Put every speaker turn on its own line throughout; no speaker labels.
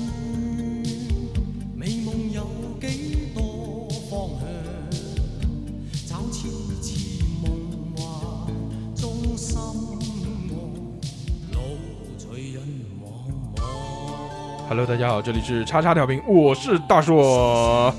里，美夢有幾多方向？找次次夢幻，中心愛，路隨人茫茫。
Hello，大家好，这里是叉叉调频，我是大硕。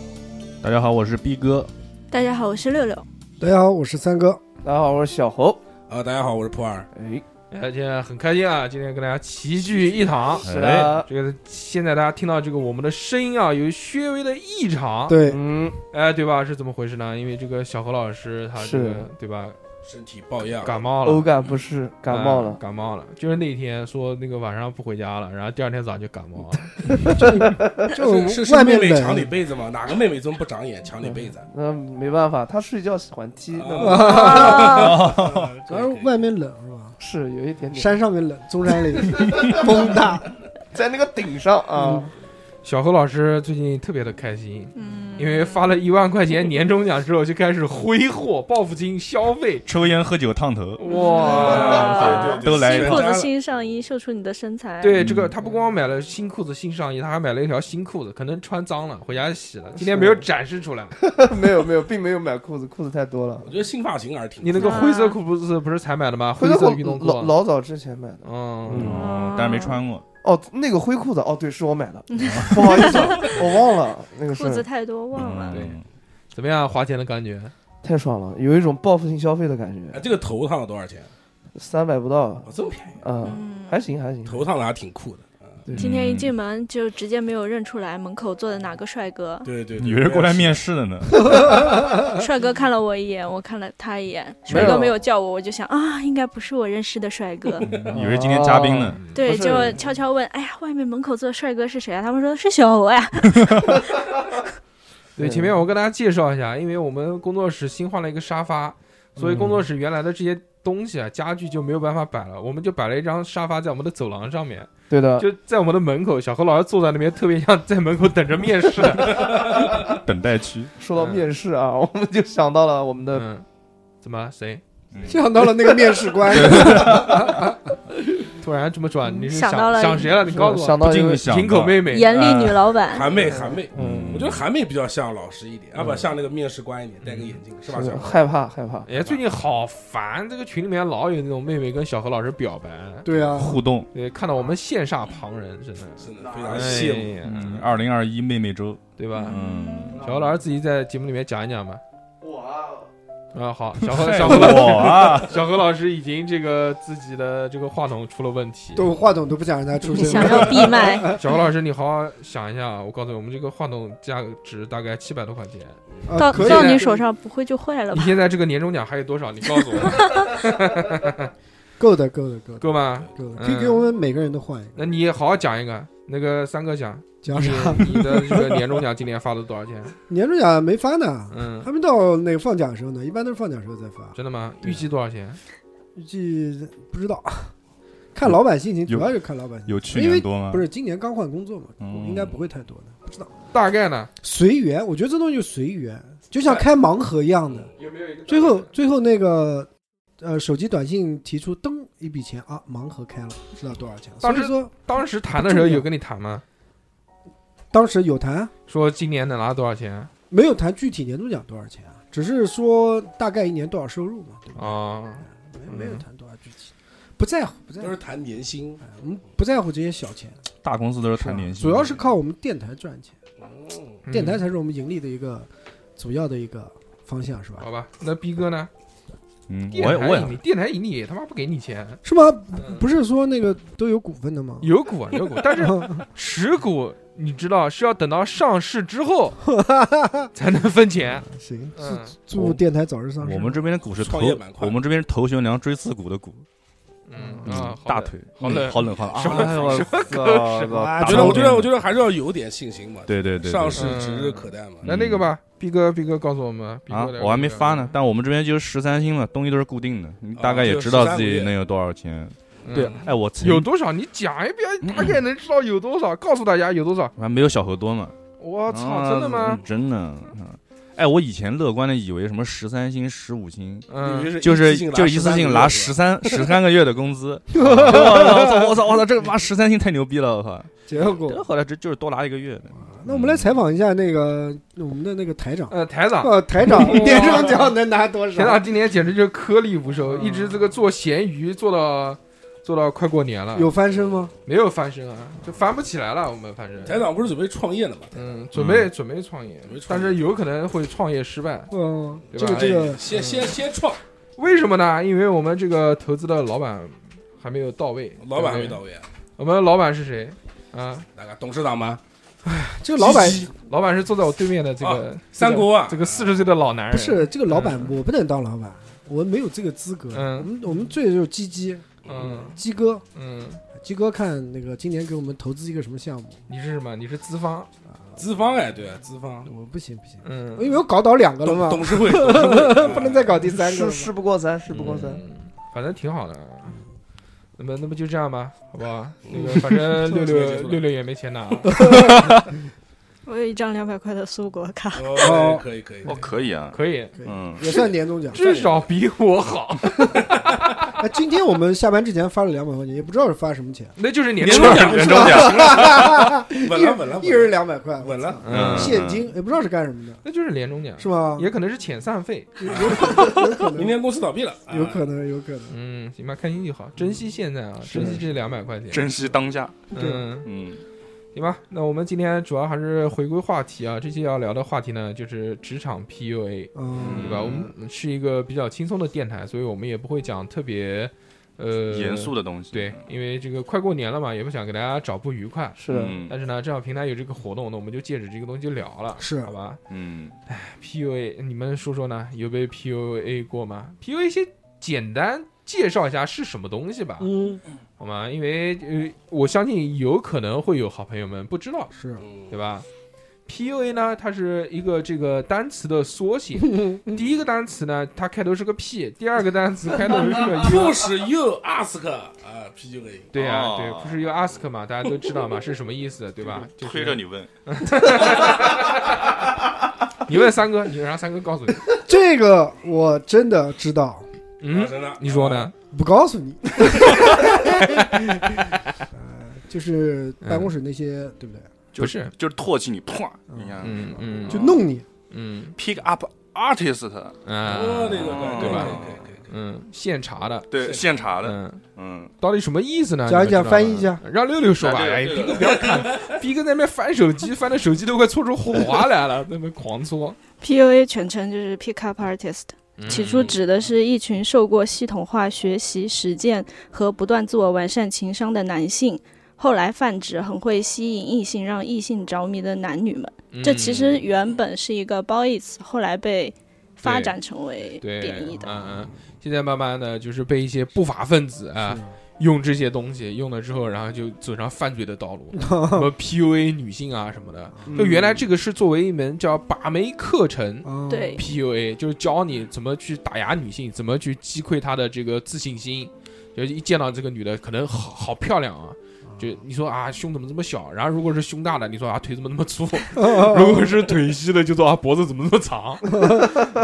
大家好，我是逼哥。
大家好，我是六六。
大家好，我是三哥。
大家好，我是小侯。
啊，大家好，我是普洱。
哎，
呃，今天很开心啊，今天跟大家齐聚一堂。
是的，
这个现在大家听到这个我们的声音啊，有稍微的异常，，
对，
嗯，
哎，对吧？是怎么回事呢？因为这个小何老师他这
是
个对吧
身体抱恙，
感冒
偶
了，
感不适，感冒
哎
了。
感冒了，就是那天说那个晚上不回家了，然后第二天早上就感冒了。
就是
是是
外
妹
面
妹
冷
抢你被子吗？哪个妹妹总不长眼抢你被子？
那没办法，他睡觉喜欢踢，那么
主要是外面冷是吧？
是有一点点
山上面冷，中山陵风大，
在那个顶上啊。
小何老师最近特别的开心，
嗯
因为发了一万块钱年终奖之后，就开始挥霍、报复性消费。
抽烟喝酒烫头，
哇！
哇
都来一
新裤
套。
子新上衣，秀出你的身材。，
对这个，
嗯
他不光买了新裤子、新上衣，他还买了一条新裤子，可能穿脏了，回家洗了。今天没有展示出来。
没有没有，并没有买裤子，裤子太多了
我。觉得新发型还是挺
你那个
啊
灰色裤子不是才买的吗？
灰
灰色运
裤啊
动
子
裤。啊
老老早之前买的。
嗯，
哦，但是没穿过。
哦，那个灰裤子，哦，对，是我买的， 不好意思，我忘了那个
裤子
是
太多忘了。
对
嗯，
怎么样？花钱的感觉？
太爽了，有一种报复性消费的感觉，
哎，这个头烫了多少钱？
三百不到，
哦，这么便宜，
嗯，
嗯，
还行还行，
头烫了还挺酷的。
今天一进门就直接没有认出来门口坐的哪个 帅哥。
对对，对
以为是过来面试的呢。
帅哥看了我一眼，我看了他一眼。
没
帅
有
哥没有叫我，我就想啊，应该不是我认识的帅哥。
以为是今天嘉宾
啊
呢。
对，
嗯不是
就悄悄问，哎呀，外面门口坐的帅哥是谁啊？他们说是小欧呀。
对，
对
前面我跟大家介绍一下，因为我们工作室新换了一个沙发，所以工
嗯
作室原来的这些东西啊，家具就没有办法摆了，我们就摆了一张沙发在我们的走廊上面，
对的，
就在我们的门口。小何老师坐在那边，特别像在门口等着面试。
等待区，
说到面试啊，我们就想到了我们的
嗯，怎么谁
想到了那个面试官，
突然这么转？你是
想到了
想谁了？你告诉
想
不
我，
到一
禁
个，
想
井口
到
妹妹。
严厉女老
啊
板，
韩妹，韩妹，
嗯
我觉得韩妹比较像老师一
嗯
点，啊不，像那个面试官一点，戴个眼镜是吧？
是
小
的
伙
害怕害怕，
哎，最近好烦，这个群里面老有那种妹妹跟小何老师表白，
对啊，
互动。
对，看到我们羡煞旁人，真的，
真的非
哎
常羡慕。
呀
嗯，二零二一妹妹周，
对吧？
嗯，
小何老师自己在节目里面讲一讲吧。
我
啊，好，小 何，小 何老
嗯
哎
我啊，
小何老师已经这个自己的这个话筒出了问题。
都话筒都不想让他出声，
想要闭麦。
小何老师，你好好想一下啊！我告诉你，我们这个话筒价值大概七百多块钱。
啊
到
可以
到
的
你手上不会就坏了
你
吧？
现在这个年终奖还有多少？你告诉我，
够的，够的，够的，
够吗？
够的，
嗯
可以给我们每个人都换一个。
那嗯你好好讲一个。那个三哥讲，
讲
你
啥？
你的这个年终奖今年发了多少钱？
年终奖没发呢，
嗯，
还没到那个放假的时候呢，一般都是放假的时候再发，
真的吗？预计多少钱？
预计不知道，看老板心情，
有
主要是看老板心
有去年多吗？
情。不是今年刚换工作嘛，
嗯
应该不会太多的，不知道。
大概呢？
随缘，我觉得这东西就随缘，就像开盲盒一样的。
有没有一个
最后，最后那个呃，手机短信提出噔一笔钱啊，盲盒开了，不知道多少钱。所
当
以
时
说
当时谈的时候有跟你谈吗？
当时有谈，
说今年能拿多少钱啊、
没有谈具体年终奖多少钱啊，只是说大概一年多少收入嘛，对吧？
嗯
没没有谈多少具体，不在乎，不在
都
乎
是，谈年薪，
哎我们不在乎这些小钱，
大公司都是谈年薪，
主要是靠我们电台赚钱，
嗯
电台才是我们盈利的一个主要的一个方向，是吧？
好吧？那逼哥呢？
嗯，
电
我也
台
我
盈利，
也
电台盈利也他妈不给你钱，嗯
是吗？不是说那个都有股份的吗？
有股啊有股，但是 持股你知道是要等到上市 之后才能分钱。
行，
嗯，
祝电台早日上市。
我们这边的股是头
创业板，块
我们这边是头悬梁锥刺股的股，
嗯
嗯
啊，好
大
的。
腿，
好冷
嗯好冷，好冷
什
啊！
么
哎呦我操
啊
我
打
觉得，
到
我觉
这
得，
里
我觉得还是要有点信心嘛。
对对对，对
上市指日可待嘛。
那那个吧，逼哥，逼哥告诉我们，逼
啊
哥来，
我还没发呢，。但我们这边就是十三星了，东西都是固定的，
啊
你大概也知道自己能有多少钱。
嗯
对，哎，我曾
有多少你讲一
嗯
遍，大概能知道有多少，告诉大家有多少。
还没有小何多嘛？
我
啊
操，真的吗？
真的。嗯哎，我以前乐观的以为什么十三星、十五星，
嗯，
就是就一次性拿十三十三个月的工 资。我操！我操！我操！这个妈十三星太牛逼了！我靠！
结
这
果，
后来这就是多拿一个月的。
那我们来采访一下那个我们的那个台长，
呃，台长，
呃，台长
哇
年终奖能拿多
台
少？
长今年简直就是颗粒无
嗯
收，一直这个做咸鱼做到做到快过年了，
呃有翻身吗？
没有翻身啊？就翻不起来了，我们反
台
正，
长不是准备创业了吗？
嗯，准备准备创业
准备，创
但
业
是有可能会创业失败。
嗯，
对
这
吧
个这个
哎先先先创，
为什么呢？因为我们这个投资的老板还没有到位，
老板
对
没
不对
到位啊，
我们老板是谁啊？
大概董事长吗？
这个老板
鸡鸡
老板是坐在我对面的这个
三国啊
这个四十岁的老男人。
不是这个老板，我不能当老板，我没有这个资格。
嗯
我们我们最就是鸡鸡
嗯
鸡哥，
嗯，
鸡哥看那个今年给我们投资一个什么项目，
你是什么？你是资方。
资方哎，对啊，资方
我不行不行，
嗯，
因为我搞倒两个了
董
嘛，
董事会，董事会
不能再搞第三个
事
了。
事不过三，事不过三。
嗯，反正挺好的。那么，那么就这样吧，好不好？那个，反 正六六六六也没钱拿，
我有一张两百块的苏果卡，
哦，可以可以，
可
可以
以啊，
可以，
可以
嗯，
也算年终奖。
至少比我好。
哎，今天我们下班之前发了两百块钱，也不知道是发什么钱，
那就是年
年终
终
奖
年终奖，
稳了稳了
一人两百块，
稳了，
嗯，
现金，也不知道是干什么的，
那就是年终奖，
是吗？
也可能是遣散费。
有可
明
能，
天公司倒闭了，啊
有可能，有可能。
嗯，行吧，开心就好，珍惜现在啊，珍惜这两百块钱。
珍惜当下。
嗯，
嗯，
行吧，那我们今天主要还是回归话题啊，这期要聊的话题呢就是职场 PUA，
嗯，
对吧？我们是一个比较轻松的电台，所以我们也不会讲特别呃
严。肃的东西。
对，因为这个快过年了嘛，也不想给大家找不愉快。
是 的，
嗯
但是呢，正好平台有这个活动，那我们就借着这个东西就聊了，
是
好吧
嗯，
？PUA，你们说说呢？有被 PUA 过吗？PUA 先简单介绍一下是什么东西吧，
嗯，
好吗？因为呃，我相信有可能会有好朋友们不知道，
是
对吧？PUA 呢，它是一个这个单词的缩写。第一个单词呢，它开头是个 P；第二个单词开头是个 U。
不是 you ask 啊，PUA，
对呀、
哦
对，不是有 ask 嘛，大家都知道嘛，是什么意思，对吧？就是
推着，你问，
你问三哥，你让三哥告诉你。
这个我真的知道，
嗯，
真的，
你说呢？
不告诉你。呃，就是办公室那些，对不对？
不是，
就是唾弃你，啪，你看，
嗯嗯
就弄你，
嗯
pick up artist，
啊？
嗯
哦
我那个
对吧
可以可以可以，
嗯，现查的，
对，现查的，
嗯，
嗯，
到底什么意思呢？
讲一
你们
讲
知道吗
翻译一下，
让六六说吧。
来
哎，
六
逼
六
哥不要看，逼哥在那边翻手机，翻的手机都快搓出火花来了，在那边狂搓。
PUA 全称就是 Pick Up Artist，起
嗯
初指的是一群受过系统化学习、实践和不断自我完善情商的男性，后来泛指很会吸引异性、让异性着迷的男女们。这其实
嗯
原本是一个褒义词，后来被发展成为
对
贬义的。
嗯嗯，现在慢慢的就是被一些不法分子啊。用这些东西用了之后，然后就走上犯罪的道路，什么 PUA 女性啊什么的。就原来这个是作为一门叫把妹课程
嗯
对，
，PUA 就是教你怎么去打压女性，怎么去击溃她的这个自信心。就是一见到这个女的，可能好好漂亮啊，就你说啊胸怎么这么小，然后如果是胸大的，你说啊腿怎么那么粗， 如果是腿细的，就说啊脖子怎么那么长，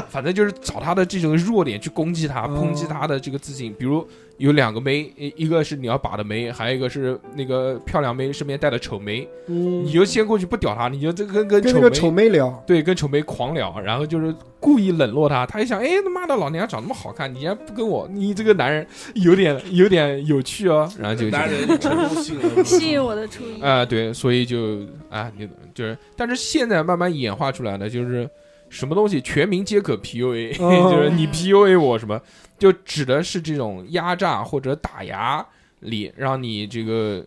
反正就是找她的这种弱点去攻击她，抨
嗯
击她的这个自信。比如有两个妹，一一个是你要把的妹，还有一个是那个漂亮妹身边带的丑妹，
嗯
你就先过去不屌她，你就这个跟
跟
丑
那
妹
个丑妹聊，
对，跟丑妹狂聊，然后就是故意冷落她。她一想，哎，他妈的，老娘长那么好看，你还不跟我，你这个男人有点有点有趣哦。然后
嗯
就
男人就成功吸引了
吸引我的初一。
啊、对，所以就啊，你就是，但是现在慢慢演化出来的就是什么东西全民皆可 PUA，、
哦
就是你 PUA 我什么，就指的是这种压榨或者打压里，让你这个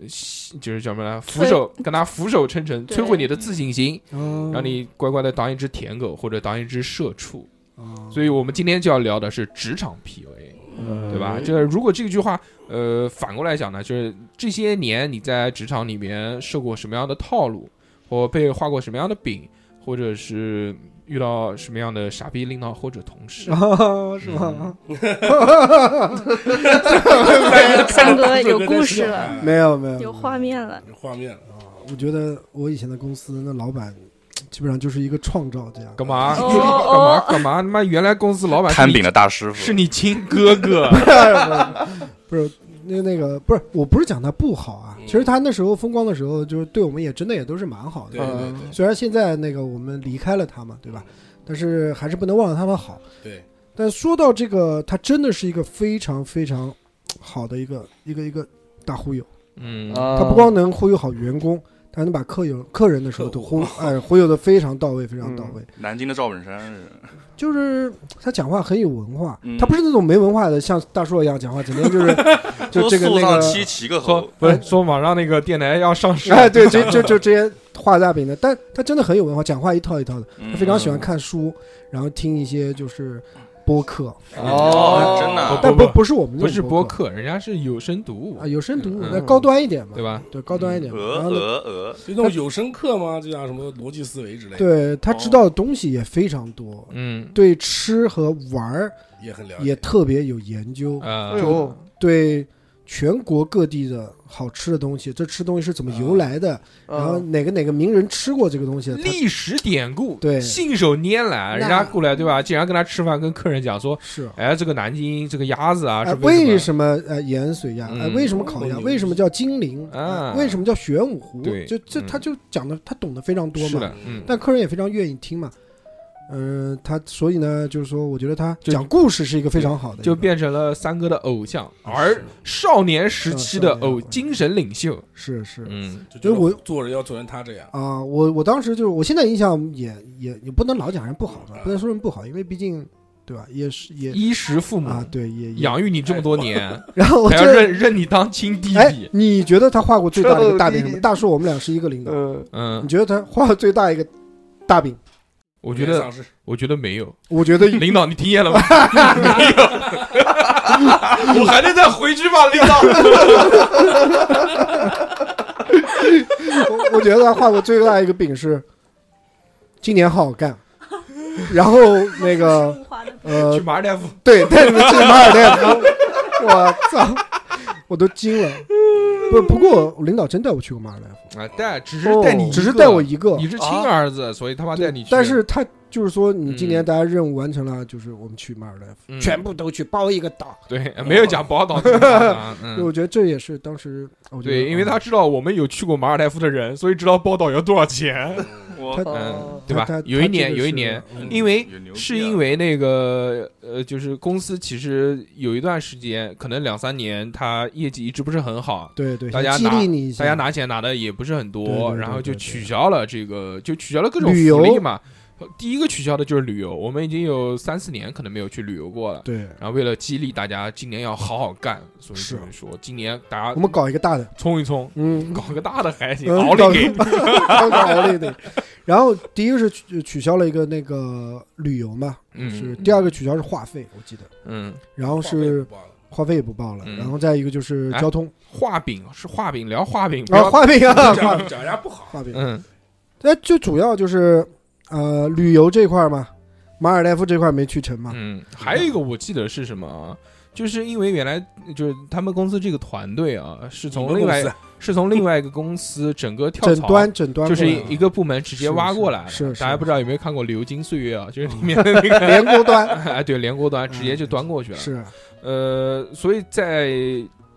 就是叫什么呢？俯
摧
首跟他俯首称臣，
对
摧毁你的自信心，
嗯
让你乖乖的当一只舔狗或者当一只社畜。
嗯
所以我们今天就要聊的是职场 PUA，对吧？这如果这句话，呃，反过来讲呢，就是这些年你在职场里面受过什么样的套路，或被画过什么样的饼，或者是遇到什么样的傻逼领导或者同
哦
事。嗯
啊，是吗？
三哥有故事了，
哎
没有没有，
有画面了。
有画面了，
我觉得我以前的公司那老板基本上就是一个创造这样。
干嘛？
哦
干嘛？干嘛？他妈，原来公司老板是
摊
你
饼的大师
是
傅，
你亲哥 哥，
不是那那个不是，我不是讲他不好啊，
嗯
其实他那时候风光的时候，就是对我们也真的也都是蛮好的。
对对对
虽然现在那个我们离开了他嘛，对吧？但是还是不能忘了他的好。
对，
但说到这个，他真的是一个非常非常好的一个一个一个大忽悠。
嗯，
哦
他
他
不光能忽悠好员工，他还能把客友客人的时候都忽哎忽悠的非常到位，非常到
嗯
位。
南京的赵本山是，
就是他讲话很有文化，
嗯
他不是那种没文化的，像大硕一样讲话，整天就是哎就这个
树
那
上
个
七七个
说
猴，
不是说网上那个电台要 上市，
哎，对，就就就这些画大饼的，但他真的很有文化，讲话一套一套的。
嗯
他非常喜欢看书，然后听一些就是播客，
嗯
哦，
真的啊
但
不
不
不
不是我们这
不
种
是播
播
客，人家是有声读物
啊，，有声读物，
嗯
那高端一点嘛，
对吧？
对，高端一
嗯
点嘛。
鹅
然后呢，
鹅鹅，
就那种有声课吗？就像什么逻辑思维之类的，，
对他知道的东西也非常多，
嗯，
对吃和玩儿
也很了解，
也特别有研究，
啊
哎，呦，
对哦全国各地的好吃的东西，这吃东西是怎么由来的，然后
嗯
哪个哪个名人吃过这个东西，他
历史典故，
对
信手拈来，人家过来对吧？竟然跟他吃饭，跟客人讲说，
是。
哎，这个南京这个鸭子啊，
哎
是，
为
什
什么呃盐水鸭？哎，
嗯
为什么烤
哦
鸭？
有
为什么叫金陵？
啊
哎为什么叫玄武湖？
对
就这
嗯
他就讲的，他懂得非常
么
多
是
嘛。
的，嗯，
但客人也非常愿意听嘛。嗯，他所以呢，就是说，我觉得他
就
讲故事是一个非常好的一个，
就变成了三哥的偶像，而少年时期的
啊少年
偶
偶像
精神领袖，
是是
嗯，
就觉得
就我
做人要做成他这样，
啊。我我当时就是，我现在印象也也也不能老讲人不好吧，
嗯
不能说人不好，因为毕竟对吧，也是也
衣食父母
啊，对也也。
养育你这么多年，
然后我
还要
这
认认你当亲弟
哎
弟，，
你觉得他画过最大的一个大饼是什
臭
么？
弟
大叔，我们俩是一个领导，
嗯，
嗯
你，觉得他画过最大一个大饼？
我觉
原
得
上是
我觉得没有，
我觉得
领导，你听见了吗？没有，我还得再回去吧，领导。
我我觉得他画过最大一个饼是，今年好好干。然后那个 呃
去，马尔代夫，
对，带你们去马尔代夫，我操，我都惊了。不，不过领导真带我去过马尔代夫，
啊，带只是带你一个，
哦只是带我一个啊
你，是亲儿子，所以他妈带你去。
但是他就是说，你今年
嗯
大家任务完成了，就是我们去马尔代夫，
嗯
全部都去包一个岛。
对，没有讲宝岛这个地方啊。
对
嗯，
我觉得这也是当时，我觉得
对，因为他
啊
知道我们有去过马尔代夫的人，所以知道报道要多少 钱，
嗯
我
哦
对吧
他他？
有一
他
年，
这个
有一
是
年，
嗯
因为
有牛逼啊
是因为那个呃，就是公司其实有一段时间，可能两三年，他业绩一直不是很好，
对对，
大家
激
拿
励你一下，
大家拿钱拿的也不是很
对对
多，
对
然后就
对对
取消了这个，就取消了各种
旅
福利
游
嘛。第一个取消的就是旅游，我们已经有三四年可能没有去旅游过了。
对，
然后为了激励大家今年要好好干，所以
是啊
就是说今年大
我
家
们搞一个大的，
冲一冲，
嗯，
搞个大的还行，
嗯
熬了
搞
一个。
刚刚熬了一顿。然后第一个是取取消了一个那个旅游嘛，
嗯
是第二个取消是话费，我记得，
嗯，
然后
话费
是
不报了
话费也不报了，
嗯
然后再一个就是交通
画饼是画饼，聊画饼。不
啊，
要
话费啊，话
讲讲人家哎不好，
话费，
嗯，
那最主要就是呃旅游这块嘛，马尔代夫这块没去成嘛，
嗯，还有一个我记得是什么啊？就是因为原来就是他们公司这个团队啊，是从另外
你们
是从另外一个公司整个跳
整
槽
端整端
就是
过来
一个部门直接挖过来的，
是是是嗯
大家不知道有没有看过《流金岁月》啊？就是里面的那个，
连锅端
哎，对，连锅端直接就端过去了。
嗯是
呃，所以在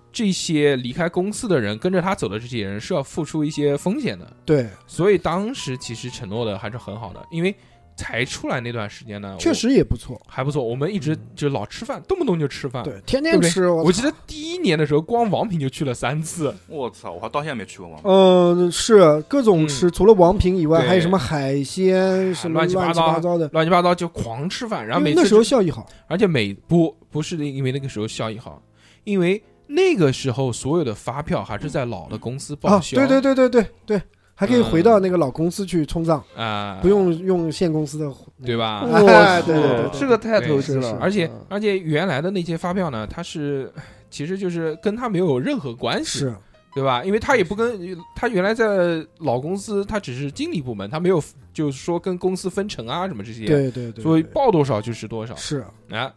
这些离开公司的人跟着他走的这些人是要付出一些风险的，
对，
所以当时其实承诺的还是很好的，因为才出来那段时间呢，
确实也不错，
我还不错，我们一直就老吃饭，动不动就吃饭。
对，天
啊对
天
不对
吃
我记得第一年的时候，光王品就去了三次，
我操，我还到现在没去过王。
嗯，是各种
嗯
吃，除了王品以外，
对哎
还有什么海鲜，什么
乱
乱
七
七
八糟
八糟的。
乱七八糟就狂吃饭，然后
因
每
为
次
那时候效益好，
而且每不不是因为那个时候效益好，因为那个时候所有的发票还是在老的公司报
啊，
销，
对对对对对对，还可以回
嗯
到那个老公司去冲账，
对啊，
不用用现公司的，
对吧？
哎
哇，
对对对对
这个太
嗯对
投机
是是
了，嗯
而且而且原来的那些发票呢，它是其实就是跟他没有任何关系，
是
对吧？因为他也不跟他原来在老公司，他只是经理部门，他没有就是说跟公司分成啊什么这些，
对对对，
所以
对
报多少就是多少。
是
啊，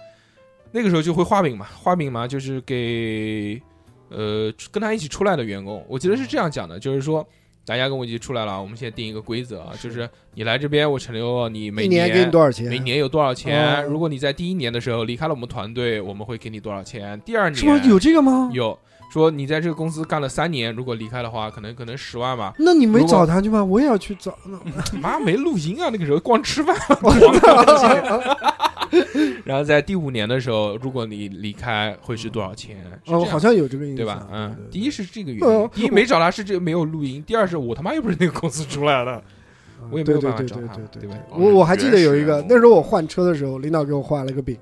那个时候就会画饼嘛，画饼嘛就是给呃跟他一起出来的员工，我记得是这样讲的，就是说大家跟我一起出来了，我们现在定一个规则啊，就是你来这边，我陈留你每
一年给你多少钱？啊
每年有多少钱？
哦
如果你在第一年的时候离开了我们团队，我们会给你多少钱？第二年
是吗？有这个吗？
有说你在这个公司干了三年，如果离开的话，可能可能十万吧。
那你没
如果嗯
找他去吗？我也要去找呢。哦
妈没录音啊，那个时候光吃 饭。 然后在第五年的时候，如果你离开会是多少钱？是这
哦，
样
好像有这个
嗯
印象，
对吧？嗯，第一是这个原
嗯
因，第一没找他是这没有录音，第二是我他妈又不是那个公司出来 的，
嗯
我也没
对
有
对
办法
对
找
对
他
对
对吧哦
我我还记得有一
原始
个
啊
人，
那时候我换车的时候，领导给我画了个饼，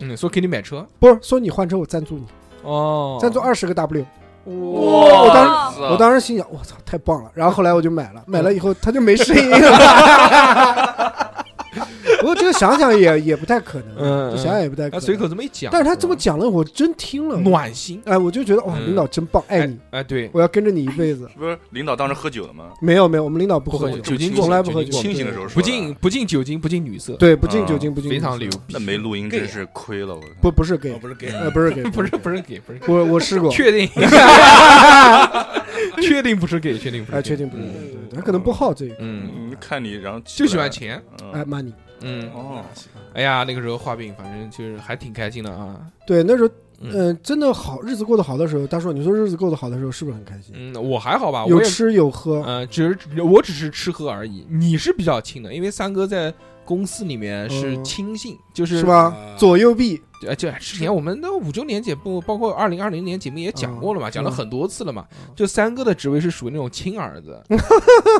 嗯，说给你买车
不是说你换车我赞助你，
哦，
赞助二十个 W。
哇，
我当时
时
我当时心想，我操，太棒了！然后后来我就买了，买了以后他 就没声音了。不过这个想想也也不太可能，
嗯，
这想想也不太可
他
能。
随口这么一讲，嗯
但是他这么讲了，我真听了，
暖心，
哎，我就觉得哇，
嗯
领导真棒，爱你，
哎，对，
我要跟着你一辈子。
不是领导当时喝酒了吗？
没有没有，我们领导不
不喝
喝
酒
酒，
酒精
从来不喝
酒精
酒，
清醒的时候说
不
的
进，不进酒精，不进女色，
对，不进
啊
酒精，不进
非
酒
常
精
牛，
那没录音真是亏了我。
不不是给
哦，不是给
呃，不是给，
不是不是给不是给，
我我试过，
确 定，确定不是给，嗯确定不是，
哎，确定不是，对对对他可能不好这个，
嗯，
嗯，看你然后起
就喜
不来
欢。钱，
哎
嗯，
，money，
嗯，
哦，
哎呀，那个时候画饼，反正就是还挺开心的啊，
对，那时候，
嗯
嗯，真的好，日子过得好的时候，大叔，你说日子过得好的时候是不是很开心？
嗯，我还好吧，
有
我也
吃有喝，
嗯，只是我只是吃喝而已。你是比较轻的，因为三哥在公司里面是
嗯
亲信，就是
是？吧？
嗯
啊
左右臂，
呃，这之前我们的五周年节目，包括二零二零年节目也讲过了嘛，
嗯
讲了很多次了嘛。
嗯
就三哥的职位是属于那种亲儿 子，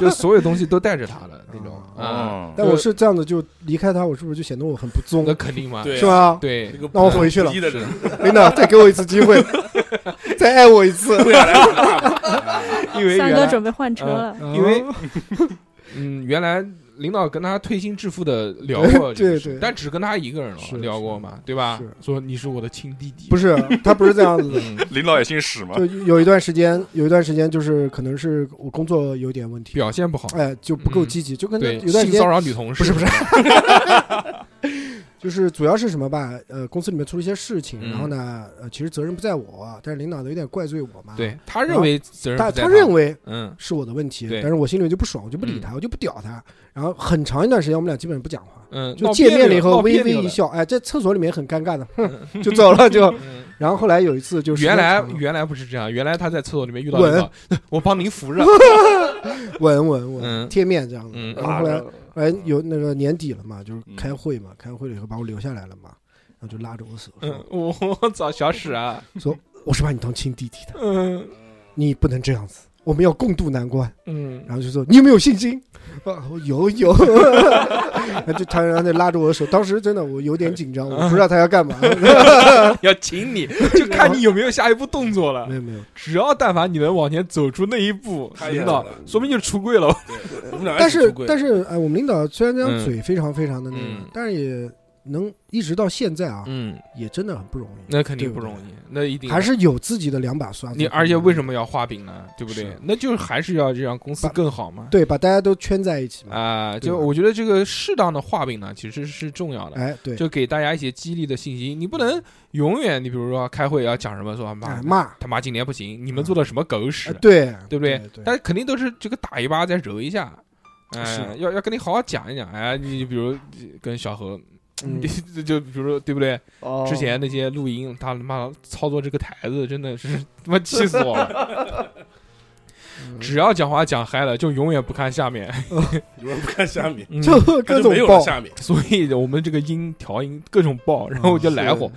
就所有东西都带着他的那种
嗯
啊。
哦，
但我是这样的，就离开他，我是不是就显得我很不忠
那，肯定嘛，
对
是吧？
对，
个
那我回去了
不得人
领导，再给我一次机 会，再爱我一次。
因为
三
原
哥
来
准备换车了，
因为哦 嗯，原来领导跟他推心置腹的聊过这个
对
事
对
但只跟他一个人
是
聊过嘛，对吧
是？
说你是我的亲弟弟，
不
是？
是他不是这样子的，
领导也姓史吗
就？有一段时间，有一段时间就是可能是我工作有点问题，
表现不好，
哎，就不够
嗯
积极，就跟他
对，
有段时
性骚
间
扰女同事，
不是不是，就是主要是什么吧，呃，公司里面出了一些事情，
嗯
然后呢，呃，其实责任不在我，但是领导呢有点怪罪我嘛，，
对他认为责任
他
不在
他认为
嗯
是我的问题，
对嗯
但是我心里面就不爽，我就不理他，我就不屌他，然后很长一段时间我们俩基本上不讲话。
嗯，
就
闹
见
别
面
扭
了以后
闹
微
别
微
扭
一
了。
笑，哎，在厕所里面很尴尬的，哼，就走了 就。
嗯
然后后来有一次就是
原来原来不是这样，原来他在厕所里面遇到
吻
领导，我帮您扶着，
吻吻吻
嗯
贴面这样子，
嗯
然后后来哎，
嗯
有那个年底了嘛，就是
嗯
开会嘛，开会了以后把我留下来了嘛，然后就拉着我手
嗯
说，
我我找小史啊，：“
我是把你当亲弟弟的，
嗯
你不能这样子，我们要共度难关。”
嗯，
然后就说：“你有没有信心？”啊，我有有， 就他然后就拉着我的手，当时真的我有点紧张，我不知道他要干嘛。
嗯
啊
要请你就看你有没有下一步动作了
没。有没有，
只要但凡你能往前走出那一步，
太
领
厉
导
害了
说明就出柜了。
我们俩
但是但
是
是哎，我们领导虽然这
嗯
张嘴非常非常的那
嗯
个，但是也能一直到现在啊，
嗯，
也真的很不容易，
那肯定不容易，那一定
还是有自己的两把刷子。
你，而且为什
么
么要画饼呢？对不对
是？
那就是还是要让公司
把
更好嘛。
对把大家都圈在一起嘛？
啊、
对
就
吧
我觉得这个适当的画饼呢，其实是重要的，
哎，对，
就给大家一些激励的信心。你不能永远，你比如说开会要讲什么，说妈
哎骂，
他妈今年不行，你们做的什么狗屎
哎，对
对不
对？
但肯定都是这个打一巴再揉一下，哎、
是
要要跟你好好讲一讲。哎，你比如跟小何，
嗯
就比如说对不对？
哦
之前那些录音，他他妈操作这个台子，真的 是他妈气死我了。
嗯
只要讲话讲嗨了，就永远不看下面，
有人不看下面，
嗯
就
他
各
就
种
没有了
爆，
下面，
所以我们这个音调音各种爆，然
哦
后我就来火，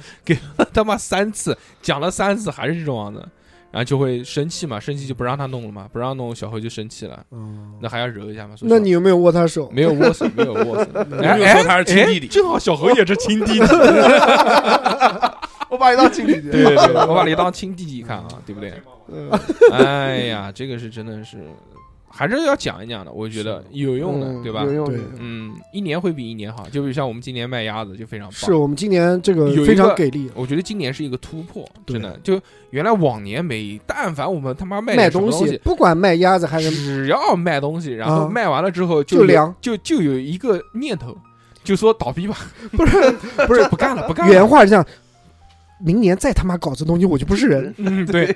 他妈三次讲了三次还是这种样子，然后就会生气嘛，生气就不让他弄了嘛，不让弄小何就生气了，
嗯，
那还要揉一下嘛。所以
那
说
你有没有握他手？
没有握手，没有握 手，哎
没有说
哎
他是亲弟弟
哎正好小何也是亲弟弟，
我把你当经理，
对对 对，我把你当亲弟弟看啊，对不对？
嗯
哎呀，这个是真的是，还是要讲一讲的，我觉得有用的，
嗯
对吧？
有用
对
的
嗯，一年会比一年好，就比如像我们今年卖鸭子就非常棒。
是我们今年这个
有一
非常
个
给力，
我觉得今年是一个突破，
对
真的。就原来往年每但凡我们他妈卖
卖
点什么东
西，，不管卖鸭子还是
只要卖东西，然后
啊
卖完了之后
就
有
凉
就就有一个念头，就说倒闭吧，
不是
不是不干了，不干了。
原话是这样，明年再他妈搞这东西，我就不是 人，
嗯， 对，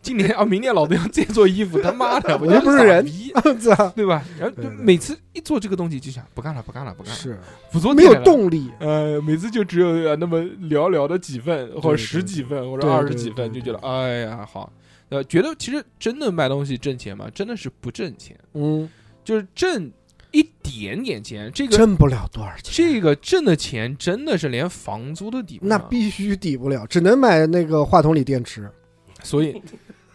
今年啊，明年老子要再做衣服，他妈的，
我
就
又不是人
逼，
是吧？
对 吧？然后
对
就
对对
每次一做这个东西就想不干了，不干了，不干了，
是
不做
没有
电台了。
动力，
呃，每次就只有呃那么寥寥的几份，或者
对
十几份，或者
对
二十
对
几份，就
对
觉得哎呀好，呃，觉得其实真的卖东西挣钱吗？真的是不挣钱，
嗯，
就是挣一点点钱，这个
挣不了多少钱，
这个挣的钱真的是连房租都抵不
那
上，
必须抵不了，只能买那个话筒里电池。
所以，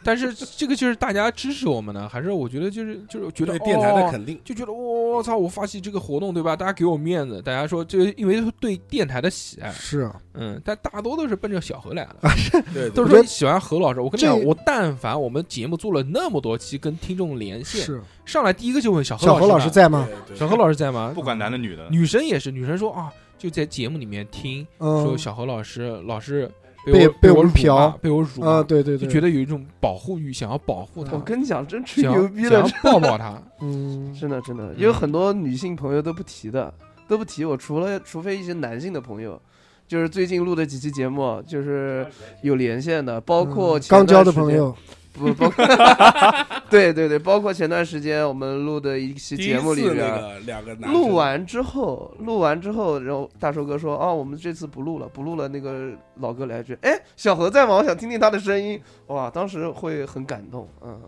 但是这个就是大家支持我们呢，还是我觉得就是就是觉得
对电台的
哦
肯定，
就觉得我操，我发起这个活动对吧？大家给我面子，大家说这因为对电台的喜爱，
是啊，
嗯，但大多都是奔着小何来的，
对，对
都
我
是
觉
说
得
你喜欢何老师。我跟你讲，
这
我但凡我们节目做了那么多期跟听众连线，
是
上来第一个就问小何
小何老
师
师
在
在吗？
对
吗，
对
小何老师在吗
不？管男的女的，
女生也是，女生说啊，就在节目里面听说
嗯，
小何老师老是
被
我被
被
我
我们
辱骂
嫖
被我辱
啊，
骂，
对对
就
对，
觉得有一种保护欲，想要保护他
嗯我，跟你讲，真吹
想
牛
要
逼
想
了
要，抱抱他，
嗯，
真的真的，有很多女性朋友都不提的，都不提我，除了除非一些男性的朋友，就是最近录的几期节目，就是有连线的，包括
嗯
前
刚
段
交的
时间
朋，友，
不包括，对对对，包括前段时间我们录的一期
第一
节目里
次
边，
那个两个男生
录完之后，录完之后，然后大寿哥说：“啊，我们这次不录了，不录了。”那个老哥来一句：“哎，小何在吗？我想听听他的声音。”哇，当时会很感动。嗯，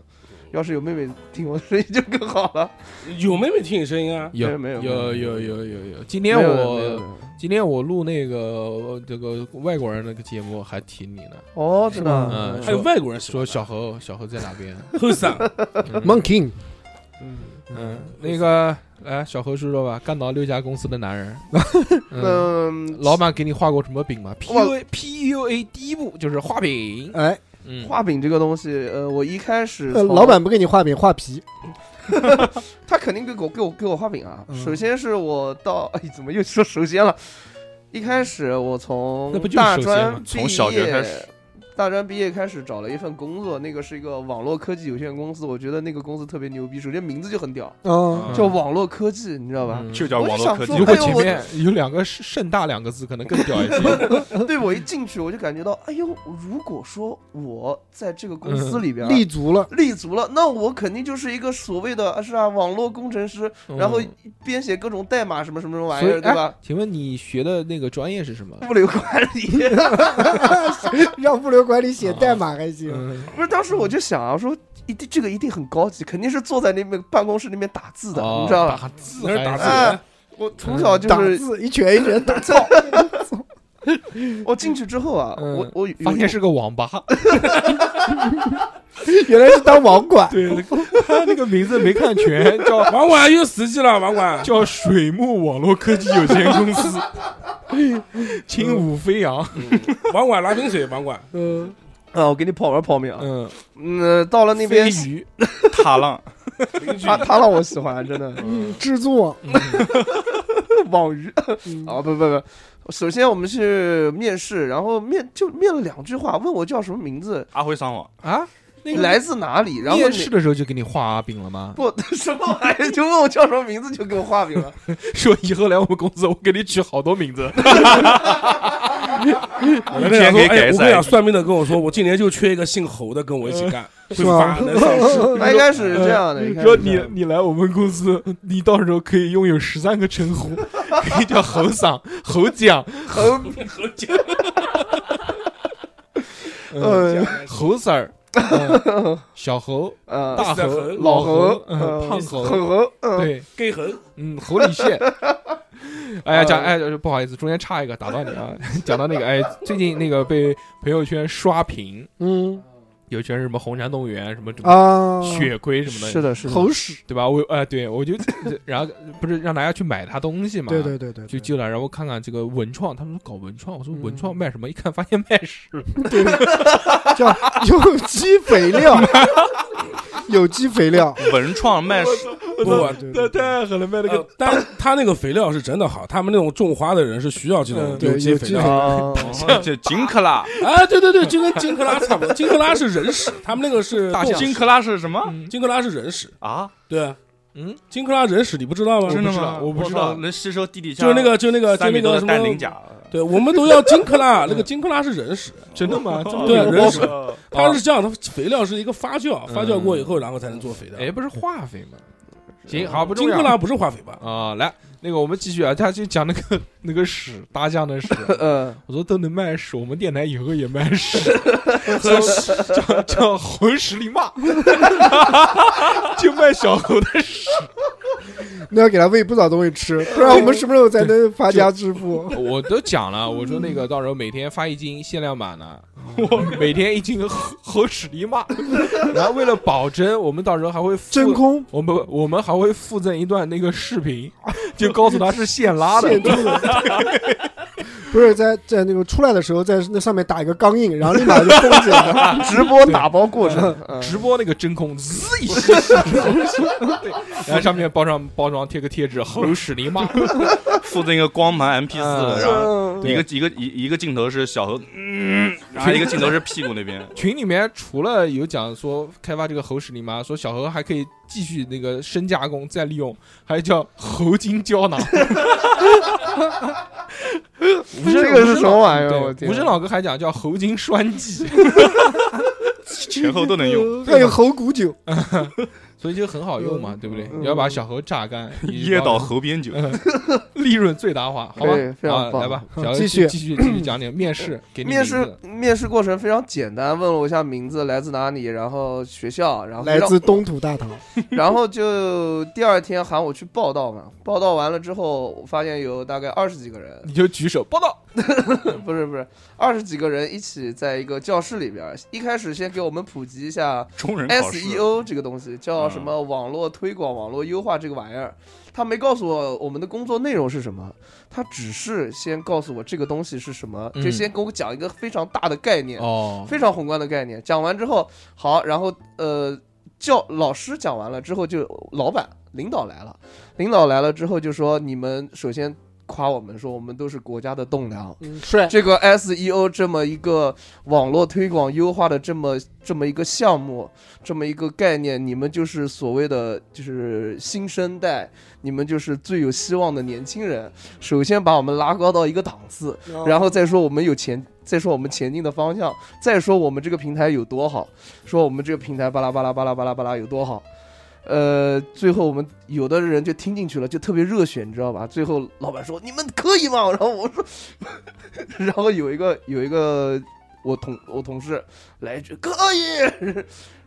要是有妹妹听我的声音就更好了。
有妹妹听你声音啊，
有
没有没有
有有有有有，今
没
天
有没有没
我
有
今天我录那个呃这个外国人那个节目还提你呢，
哦，真的啊，
嗯
还有外国人喜
说
欢
小何小何在哪 边？
后上，
嗯
Monkey，
嗯，那个来小何说说吧，干倒六家公司的男 人，嗯，
嗯，
老板给你画过什么饼吗
哇
？PUA PUA 第一步就是画饼，
哎，
嗯，
画饼这个东西，呃，我一开始
呃
从
老板不给你画饼画皮，
他肯定给我给我给我画饼啊。
嗯
首先是我到， 哎，怎么又说首先了？一开始我从
那不就是
大
首先吗
专毕业，
从小学开始
大专毕业开始找了一份工作，那个是一个网络科技有限公司，我觉得那个公司特别牛逼，首先名字就很屌，
啊
嗯，
叫网络科技，你知道吧？
嗯
就叫网络科技
我
如
就想说。
果
哎呦
前
我
面有两个盛盛大两个字，可能更屌一些。
对我一进去我就感觉到，哎呦，如果说我在这个公
嗯
司里边。啊
立足了，
立足了，那我肯定就是一个所谓的啊是啊，网络工程师， 然后
嗯
编写各种代码什么什么什么玩意
所以
儿，对吧？
请问你学的那个专业是什么？
物流管理，
让物流管理写代码还行，
啊嗯，
不是，当时我就想啊，说一定这个一定很高级，肯定是坐在那边办公室那边打字的，
哦
你知道吧？
打字
那是
还
打字
哎，我从小就
打
是，
字一拳一拳打，
我进去之后啊，
嗯
我我有
发现是个网 吧，
原来是当网管，
对，他 那个名字没看全， 叫
网管又实际了，网管
叫水木网络科技有限公司， 轻舞飞扬，
网嗯管拿瓶水，网管
嗯，
啊，我给你泡碗泡面啊，
嗯，
嗯，到了那边
飞鱼，
踏浪，
他他让我喜欢， 真的
嗯制作网，
嗯
网鱼
嗯
啊，不不不。首先我们去面试，然后面就面了两句话，问我叫什么名字，
阿辉上网，
啊，那个
来自哪里，然后
面
你
试的时候就给你画饼了吗？
不什么玩意儿， 就问我叫什么名字就给我画饼了。
说以后来我们公司，我给你取好多名字，
我跟你讲
天
说，
天改
哎，我跟你
赛
讲，算命的跟我说，我今年就缺一个姓侯的跟我一起干，会
是吗
发能
啊
嗯
上市。
他一开始是这样的，一开始
说
是这
你
样的
你来我们公司，你到时候可以拥有十三个称呼， 可以叫侯嗓、侯奖、
很
何解
嗯，侯 Sir，嗯小侯、
呃
大
小
侯、
侯
老
猴
侯、嗯，胖侯，
猴，很猴，嗯，
对，
给猴
嗯，侯礼宪。哎呀，
呃
讲哎，不好意思，中间插一个，打断你啊。 讲到那个，哎，最近那个被朋友圈刷屏，
嗯
有圈什么红山动物园什么什么
啊，
血亏什么的，
是的，是的，
猴屎，
对吧？我哎，对我就然后不是让大家去买他东西嘛，
对对对对，
就
对
进来，然后看看这个文创，他们说搞文创，我说
嗯
文创卖什么？一看发现卖屎，
叫有机肥 料，有机肥料，
文创卖屎，
不
对
太
对对
太狠了，卖了
呃
个，
但 他那个肥料是真的好，他们那种种花的人是需要这种
嗯
对
机
有
肥
机
料
肥。
啊，
这哦金克拉，
啊，对对对，就跟金克拉差不多，金克拉是人屎，他们那个是
大象
金
金克拉是什么
嗯
金克拉是人屎，
啊？
对啊，
嗯，
金克拉人屎你不知道吗？
真的
我不知道
吗？
我不知
我
道
靠能吸收地底下
就是那个就那个就
三
那
米多
个什
的氮磷
么
钾，
了。
对，我们都要金克拉，那个金克拉是人屎，
真的吗？
对人屎，
哦
它是这样，它肥料是一个发酵，发酵过以后，然后才能做肥料。
哎，不是化肥吗？行，好，不重
啊金
要
克。拉不是化肥吧？
啊、来，那个我们继续啊，他就讲那个那个屎，大酱的屎，
呃，
我说都能卖屎，我们电台以后也卖屎，叫叫叫混屎里骂， 就卖小猴的屎。
那要给他喂不少东西吃，不然我们什么时候才能发家致富？
我都讲了，我说那个到时候每天发一斤限量版 的，我每天一斤猴猴屎里骂， 然后为了保真，我们到时候还会附
真空
我们我们还会附赠一段那个视频，就告诉他是现拉的，
现住的。 不是在在那个出来的时候，在那上面打一个钢印，然后立马就封起来 了。
直播打包过程，嗯
直播那个真空，滋一吸， 对，然后上面包上包装贴个贴纸，猴屎你妈，
附赠一个光盘 MP
嗯
四，然后
对。
一个一个一一个镜头是小猴，嗯，然后一个镜头是屁股那边
群里面除了有讲说开发这个猴屎泥妈，说小何还可以继续那个深加工再利用，还叫猴精胶囊。无
这个是什么玩意哎儿？我
对，
天啊
无声老哥还讲叫猴精栓 剂，
前后都能用，
还有猴骨酒，
所以就很好用嘛，对不对？
嗯
你要把小何榨 干，你就
椰岛河边酒，
利润最大化，好吧
对？非常
啊，
棒
来吧，小何
继
续
续
继续继续讲点面试，给你
嗯面
名
试
字
面试过程非常简单，问了我一下名字、来自哪里，然后学校，然后
来
让
自东土大唐。
然后就第二天喊我去报道嘛。报道完了之后，我发现有大概二十几个人，
你就举手报道。
不是不是，二十几个人一起在一个教室里边儿。一开始先给我们普及一下
中人考试嗯
SEO E 这个东西，叫什么网络推广、网络优化这个玩意儿。他没告诉我我们的工作内容是什么，他只是先告诉我这个东西是什么，就
嗯
先给我讲一个非常大的概念。
哦，
非常宏观的概念。讲完之后，好，然后呃，教老师讲完了之后就，老板领导来了，领导来了之后就说，你们首先夸我们说，我们都是国家的栋梁。
帅，
这个 SEO 这么一个网络推广优化的这么这么一个项目，这么一个概念，你们就是所谓的就是新生代，你们就是最有希望的年轻人。首先把我们拉高到一个档次，然后再说我们有前，再说我们前进的方向，再说我们这个平台有多好，说我们这个平台巴拉巴拉巴拉巴拉巴拉有多好。呃，最后我们有的人就听进去了，就特别热血，你知道吧？最后老板说：“你们可以吗？”然后我说：“ 然后有一个有一个我同我同事来一句可以，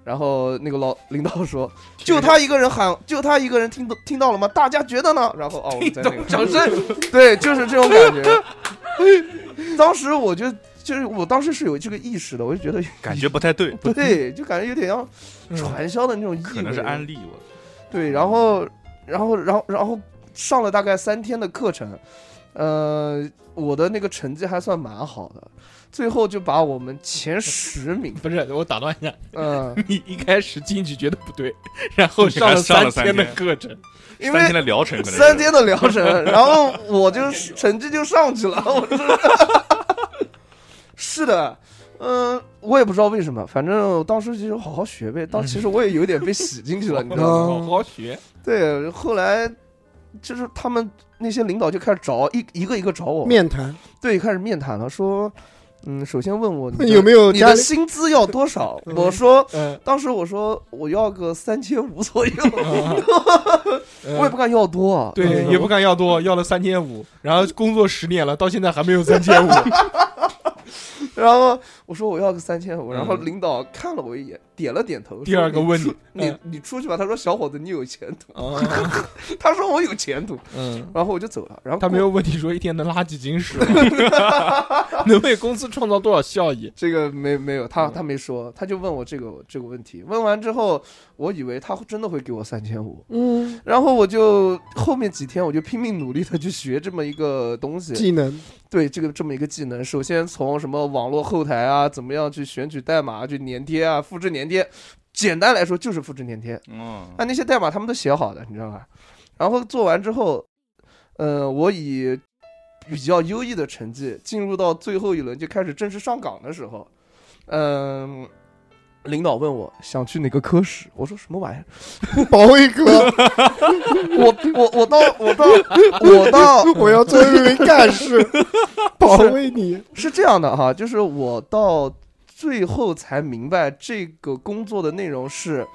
然后那个老领导说：“就他一个人喊，就他一个人听到听到了吗？大家觉得呢？”然后哦，我们在那个掌 声，对，就是这种感觉。 当时我就就是我当时是有这个意识的，我就觉得
感觉不太对，
不 对，就感觉有点像传销的那种意味。
可能是安利我。
对，然后，然后，然后，然后上了大概三天的课程，呃，我的那个成绩还算蛮好的，最后就把我们前十名，
不是，我打断一下，
嗯、
你一开始进去觉得不 对，然后上了
上了
三天的
三天
课程，
因
三天
为
的疗程可能是
三天的疗程，然后我就成绩就上去了，我是， 是的。嗯，我也不知道为什么，反正我当时就好好学呗。当其实我也有点被洗进去了，你知道
嗯
吗？
好好学。
对，后来就是他们那些领导就开始找一一个一个找我，
面谈
对，开始面谈了，说，嗯，首先问我你 的
有没有
你
家
的
里
薪资要 多少？我说，
嗯
当时我说我要个三千五 左右，
嗯
嗯
我也不敢要多啊，
对，也不敢要多，要了三千五，然后工作十年了，到现在还没有三 千五。
然后我说我要个三千五，然后
嗯
领导看了我一眼，点了点头。
第二个
说
问
你出
你嗯
你你出去吧。他说小伙子你有前途，
啊，
他说我有前途，
嗯，
然后我就走了。然后
他没
过
有问你说一天能拉几斤 屎吗，能为公司创造多少效益？
这个没没有，
嗯
他他没说，他就问我这个这个问题。问完之后，我以为他真的会给我三千五，嗯，然后我就后面几天我就拼命努力的去学这么一个东西，
技能，
对这个这么一个技能，首先从什么网络后台啊，怎么样去选取代码啊、去粘贴啊、复制粘贴，简单来说就是复制粘贴。
嗯，
那那些代码他们都写好的，你知道吧？然后做完之后，呃，我以比较优异的成绩进入到最后一轮，就开始正式上岗的时候，嗯、领导问我想去哪个科室，我说什么玩意儿？
保卫科，
我我我到我到我到
我要做一名干 事，保卫你。
是这样的哈，就是我到最后才明白这个工作的内容是，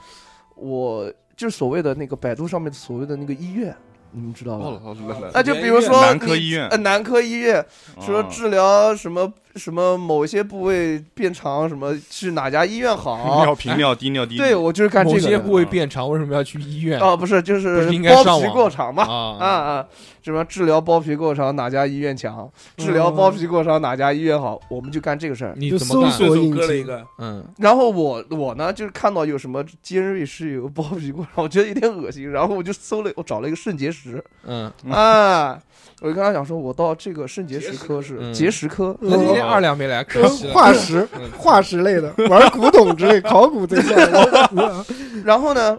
我就是所谓的那个百度上面所谓的那个医院，你们知道吧？
哦
那就比如说
男科
你
医 院
呃，男科医院说
哦
治疗什么什么某些部位变长，什么去哪家医 院好？
尿哦频尿低尿低，
对，我就是干
某
这
些
个的。啊
部位变长，为什么要去医院？
哦，不是，就是
不是应该上
包皮
网
过长嘛？啊
啊，
啊！什么治疗包皮过长哪家医院强？
嗯
治疗包皮过长哪家医院好？我们就干这个事儿。
你
就
怎么
搜
干？
索
顺手割了一个，
嗯，
然后我我呢，就是看到有什么尖锐湿疣、包皮过长，我觉得有点恶心，然后我就搜了，我找了一个肾结石
嗯，
啊，我就跟他讲说，我到这个肾结石科
嗯
室，结石科，
那今
嗯
天二两没来，可惜了。
化石、
嗯
化石类的，玩古董之类、考古这 些。
然后呢，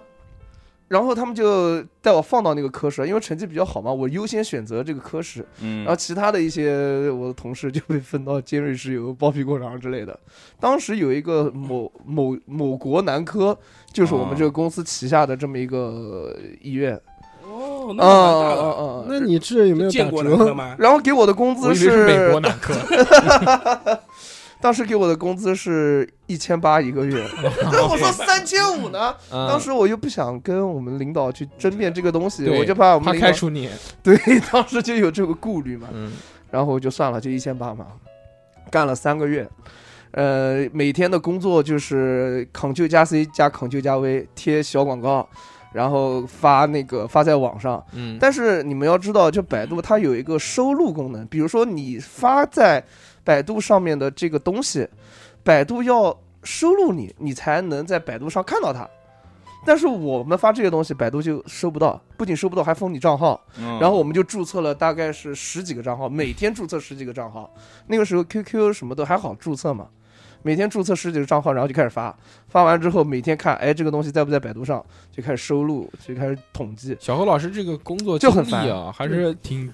然后他们就带我放到那个科室，因为成绩比较好嘛，我优先选择这个科室，
嗯
然后其他的一些我的同事就被分到尖锐湿疣、包皮过长之类的。当时有一个某某某国男科，就是我们这个公司旗下的这么一个医院，
哦，
啊
那蛮大的。
啊
那你治哦有没有打
见过男科
折？
吗？
然后给我的
我
工资
以为是美国男科，
当时给我的工资是一千八一个月， 那我说三千五呢？
嗯
当时我又不想跟我们领导去争辩这个东西，
对
我就怕我
他
们领导
开除你，
对，当时就有这个顾虑嘛。
嗯，
然后我就算了，就一千八嘛，干了三个月，呃，每天的工作就是 Ctrl 加 C 加 Ctrl 加 V 贴小广告，然后发那个发在网上。
嗯，
但是你们要知道，就百度它有一个收录功能，比如说你发在百度上面的这个东西，百度要收录你，你才能在百度上看到它。但是我们发这些东西，百度就收不到，不仅收不到，还封你账号。
嗯
然后我们就注册了大概是十几个账号，每天注册十几个账号。那个时候 QQ 什么的还好注册嘛，每天注册十几个账号，然后就开始发，发完之后每天看，哎，这个东西在不在百度上，就开始收录，就开始统计。
小何老师这个工作
就
经
很嗯
历啊，还是挺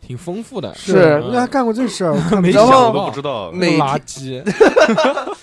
挺丰富 的，
是
人家干过这事儿，我看
没
然
想
我
后
到
都不知道，
每天
垃圾，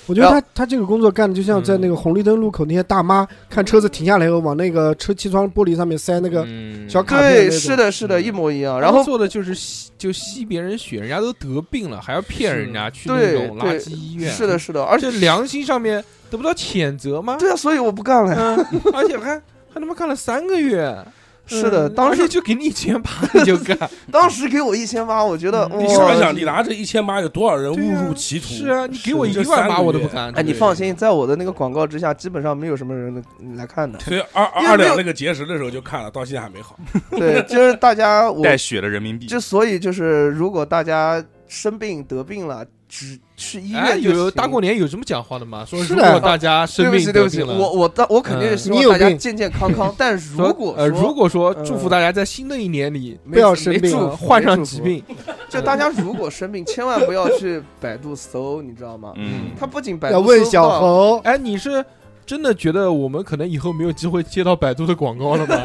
我觉得他他这个工作干的就像在那个红绿灯路口那些大妈看车子停下来以后，往那个车气窗玻璃上面塞那个
嗯
小卡片那
对，
种
是的，是的，一模一样。
他
然
们
后
做的就是吸就吸别人血，人家都得病了，还要骗人家去那
对
种垃
对，
圾医院，啊
是的，，是的，而
而
且
且良心上面得不到谴责吗？
对啊，所以我不干了。呀。
嗯，而且还还他妈干了三个月，
是的，
嗯
当
而且
时
就给你一千八你就 干，
当时给我一千八，我觉得
嗯
你
哇
想想，你拿这一千八，有多少人
对啊
误入歧途？
是啊，你给我一
这
万
三
八
个
我都
月
不干。
哎，你
对
放，心，在我的那个广告之下，基本上没有什么人能来看的。
所以二
因为没有
二两那个结石的时候就看了，到现在还没好。
对，就是大 家我
带血的人民币，
之所以就是，如果大家生病得病了，只去医
哎，
院就
有
行啊
大过年有这么讲话的吗？说
是
如
的
果大家生
对不
病
起，对
得
不起，
病了，
我我当我肯定是希
嗯你
望
有
大家
病
健健 康康，但是
说
如果
呃，
说
如果说
呃
祝福大家在新的一年里
没
不要生
没
病
祝
啊
福
患
没
上
祝
疾
福，
病，
就大家如果生病，千万不要去百度搜，你知道吗？
嗯，
他不仅百度
要问
搜不
小
到，
猴，
哎，你是真的觉得我们可能以后没有机会接到百度的广告了吗？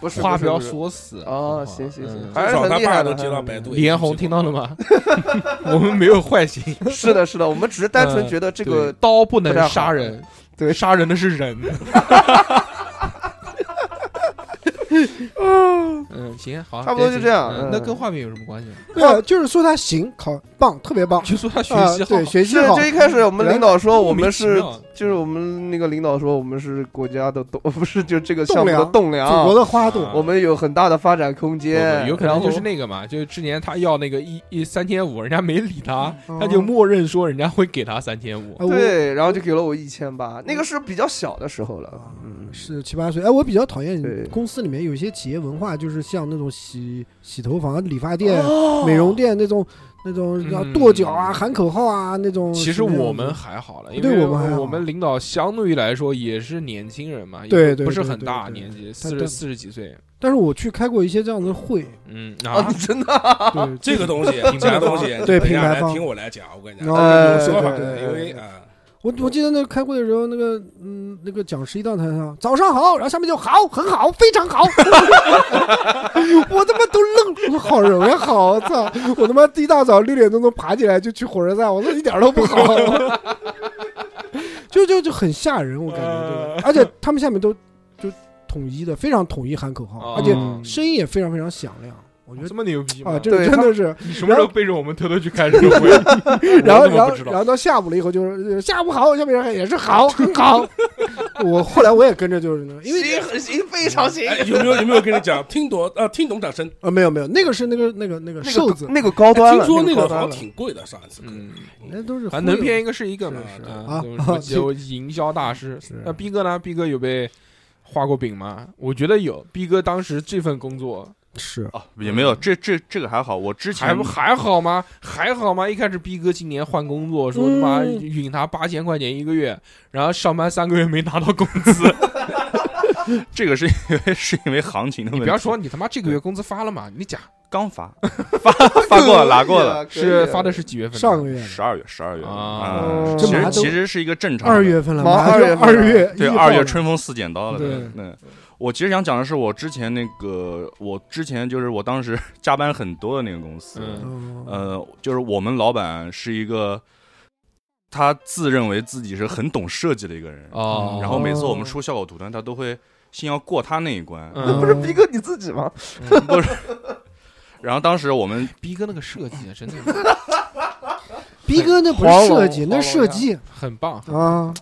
不是
话
不
不
是
要
不是
说死
哦，行行行，
嗯
还
至
是
少
很
他
厉
爸
害
都
的。
接到
还是
百
很
度，
厉
脸红听到了 吗？我们没有坏心，
害 是的，是的，我们只是单纯觉得这
对
个
刀不
不太
能
好
杀人，对，杀人的是人。嗯，行，好，
差不多就这样
行
嗯
那跟画面有什么关系？
对啊，就是说他行，考棒，特别棒
就说 他学
啊
习，好
对，，学习
是
好
就。一开始我们领导说我们
莫名
是
其妙
就是我们那个领导说我们是国家的栋， 不是就这个
栋
项目的
梁
栋
祖国
梁，
的花朵，
啊
我们有很大的发展空
不
间。
不有可能
然后
就是那个嘛，就是之前他要那个一一三千五，人家没理他，
哦
他就默认说人家会给他三千五。
哎我
对，然后就给了我一千八，那个是比较小的时候了。嗯，
是七八岁。哎，我比较讨厌
对
公司里面有一些企业文化，就是像那种洗洗头房、理发店、美容店那种那种要
嗯
跺脚啊、喊口号啊那种。
其实
是那种
我们还好了，因
对
为
我们还好
我们领导相对于来说也是年轻人嘛，也
对
不
对
不是
对
很
对
大
对
年纪，四
但
十
但
四十几岁，
但是我去开过一些这样的会，
嗯
啊
啊，，
真的啊，
对
这 个东西，
品
这
牌
个
方
东西，
对
等一
品
下
牌
来
方
听我来讲，我跟你
然后
讲，
哎
有说法
对对
的，
对
因为啊，
我我记得那开会的时候，那个嗯，那个讲师一到台上，早上好，然后下面就好，很好，非常好， 我他妈都愣，我说好什么呀？好，我操！我他妈一大早六点钟都爬起来就去火车站，我说一点都不好。 就就就很吓人，我感觉这个，而且他们下面都就统一的，非常统一喊口号，而且
嗯
声音也非常非常响亮。我觉得
这么牛逼吗
啊，这个
对
真
他
的是，
你什么时候背着我们偷偷去开这个会？啊
然后
我怎
然
么
后
不知
然
道？
后到下午了以后就是呃下午好，下面人喊也是好，很好。 我后来我也跟着就是那，因为
行很行，非常行。
哎有没有有没有跟你讲听懂啊？听懂掌声。
啊没有没有，那个是那个那个那个
那
瘦
个
子，
那个高端
听
了，
说
那
个
高
好
端
像
了。
挺贵的，上一次。
嗯，
那都是
反正能
忽悠
骗一个是一个嘛，
是
啊
啊，
啊
什么营销大师
是。
那逼哥呢？逼哥有被画过饼吗？我觉得有。逼哥当时这份工作
是
哦，也没有，这这这个还好。我之
还
前
不还好吗？还好吗？一开始逼哥今年换工作，说他妈
嗯
允他八千块钱一个月，然后上班三个月没拿 到工资。
这个是因为 是因为行情的
你
问
不
题。
要说你他妈这个月工资发了嘛，你讲
刚 发发发过了，拿过了，
啊
是发的是几月份？
上个月
十二月十二月
啊
嗯
这
其
马
实
上都
其实是一个正常的
二月份了，
忙
马上
二月份
二
了
月
对
一号
二月
了
春风四剪刀了。
对
嗯，我其实想讲的是，我之前那个，我之前就是我当时 加班很多的那个公司，
嗯
哦
呃，就是我们老板是一个，他自认为自己是很懂设计的一个人，嗯
哦，
然后每次我们出效果图呢，他都会先要过他那一关，
那
嗯
不是逼哥你自己吗？
不是。然后当时我们
逼哥那个设计啊真的
逼哥那不
黄
是
龙
设计，那
黄龙
设计
很 棒。
啊，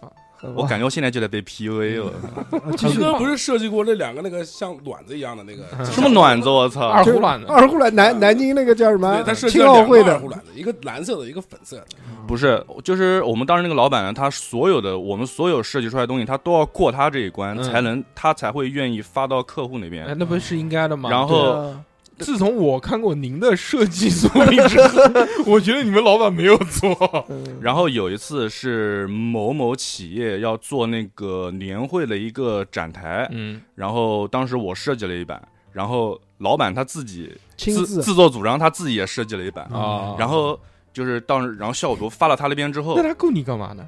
我感觉我现在就得被 PUA
嗯
了，
继
你
续
哥不是设计过那两个那个像卵子一样的那个
什么卵子？我操！
二胡卵的，
二胡来
嗯
南南京那个叫什么
对，他设计
啊青
了
奥
两
会
个二
的
胡卵子，一个蓝色的，一个粉色的。
不是，就是我们当时那个老板呢，他所有的我们所有设计出来的东西，他都要过他这一关，
嗯
才能他才会愿意发到客户那边。
哎，那不是应该的吗？啊
然后
呃
自从我看过您的设计作品之后， 我觉得你们老板没有 错。
嗯
然后有一次是某某企业要做那个年会的一个展台，
嗯，
然后当时我设计了一版，然后老板他自己
亲
自
自
自作主张，他自己也设计了一版，
啊，
然后就是当时然后效果图发到他那边之后
那，他雇你干嘛呢？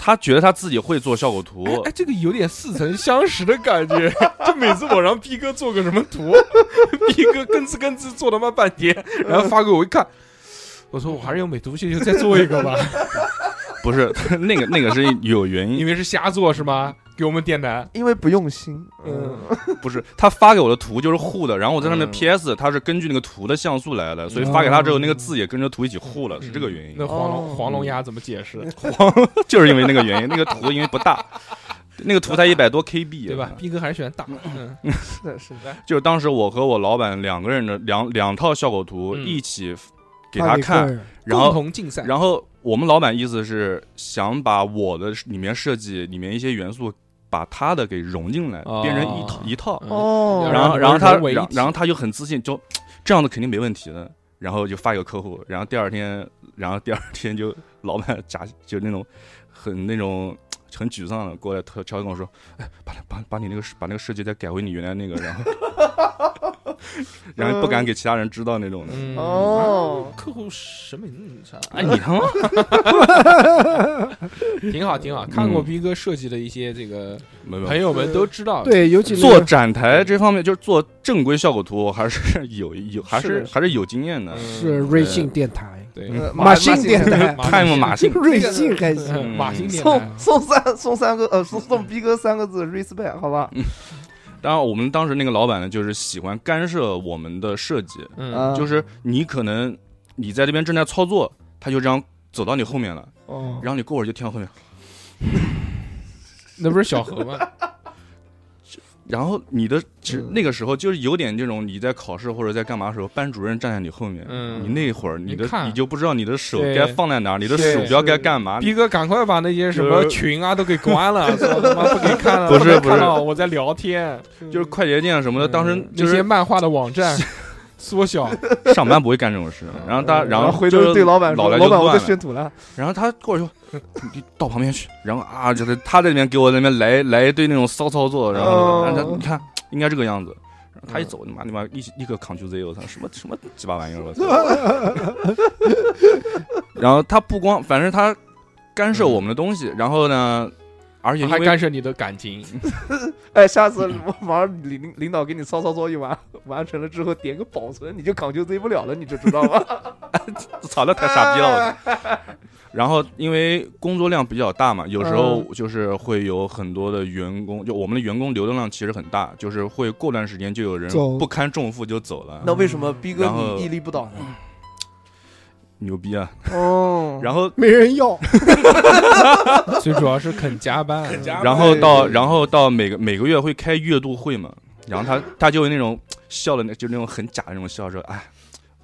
他觉得他自己会做效 果图，
哎哎，这个有点似曾相识的感觉。就每次我让逼哥做个什么图， 逼哥吭哧吭哧做他妈半天，然后发给我一看，我说我还是用美图秀秀再做一个吧，
不是 那个那个是有 原因
因，为是瞎做是吗？给我们电台，
因为不用心，
嗯，
不是他发给我的图就是糊的，然后我在上面
嗯
PS，他是根据那个图的像素来的，所以发给他之后，那个字也跟着图一起糊了，是这个原因
那。黄龙
哦
黄龙鸭怎么解释？
就是因为那个原因，那个图因为不大， 那个图才一百多 KB，
对吧？？逼哥还是喜欢大，嗯
是的，是的，
就是当时我和我老板两个人的两两套效果图
嗯
一起给
发
他
给客
看，
人
然
共
后
同竞赛，
然后我们老板意思是想把我的里面设计里面一些元素。把他的给融进来
哦，
变成一套一套，
嗯
哦
然后然后他
融为一
然后
体
然后他就很自信，就这样的肯定没问题的，然后就发给客户，然后第二天，然后第二天就老板假就那种很那种很沮丧的过来敲敲跟我说，哎，把把把你那个把那个设计再改回你原来那个，然后然后不敢给其他人知道那种的。
嗯
哦
客户审美嗯啥，
哎，你他妈！
挺好挺好。
嗯
看过逼哥设计的一些这个
没有没
朋
有。
友们都知道，，
对，尤其那
做
个
展台这方面，就是做正规效果图，我还是 有有还
是
是嗯
的
还是有经验
嗯
的。
是瑞幸电台，
对
嗯
马信电台
马
看过马信，
瑞幸还行。
嗯马星电台
送送三送三个呃
嗯
送送逼哥三个字 respect 好吧？
当然我们当时那个老板呢，就是喜欢干涉我们的设计，
嗯
啊，
就是你可能你在这边正在操作，他就这样走到你后面了，
哦
然后你过会儿就听到后面，
那不是小何吗？
然后你的其实那个时候就是有点这种你在考试或者在干嘛的时候，班主任站在你后面，
嗯
你那会儿你的
你看
你就不知道你的手
对
该放在哪儿，你的
对
鼠标该干嘛。
逼哥赶快把那些什么群啊都给关了，说他妈不给看了，
不是
不能看到我在聊天，
就是快捷键什么的，当时
嗯
就
那些
是
漫画的网站 缩小，
上班不会干这种事。然后他，然
嗯后
后
回
就
头
是
对老板说，
老来
老
就
板我
乱
在
了。
宣土了，
然后他过来说：“你到旁边去。”然后啊，就是他在那边给我那边来来一堆那种骚操作，然后
哦
让他你看应该这个样子。然后他一走，你妈你妈立立刻 Ctrl Z，我操，什么什么鸡巴玩意儿，我操！然后他不光，反正他干涉我们的东西，然后呢，而 且因
还
为
干涉你的感 情，
哎，下次
嗯
我马上领领领导给你操操作一完完成了之后点个 保存，你就扛就追不了了，你就知道吧？
哎
操，那太傻逼了，我操！ 然后因为工作量比较大嘛，有时候
嗯
就是会有很多的员工，就我们的员工流动量其实很大，就是会过段时间就有人
走
不堪重负就走了
那，为什么逼哥
然后
你屹立不倒呢？
牛逼啊！
哦，
然后
没人要，
最主要是肯加班，
肯加班
然后到
哎
然后到每个每个月会开月度会嘛，然后他他就有那种笑的那就那种很假的那种笑说，哎，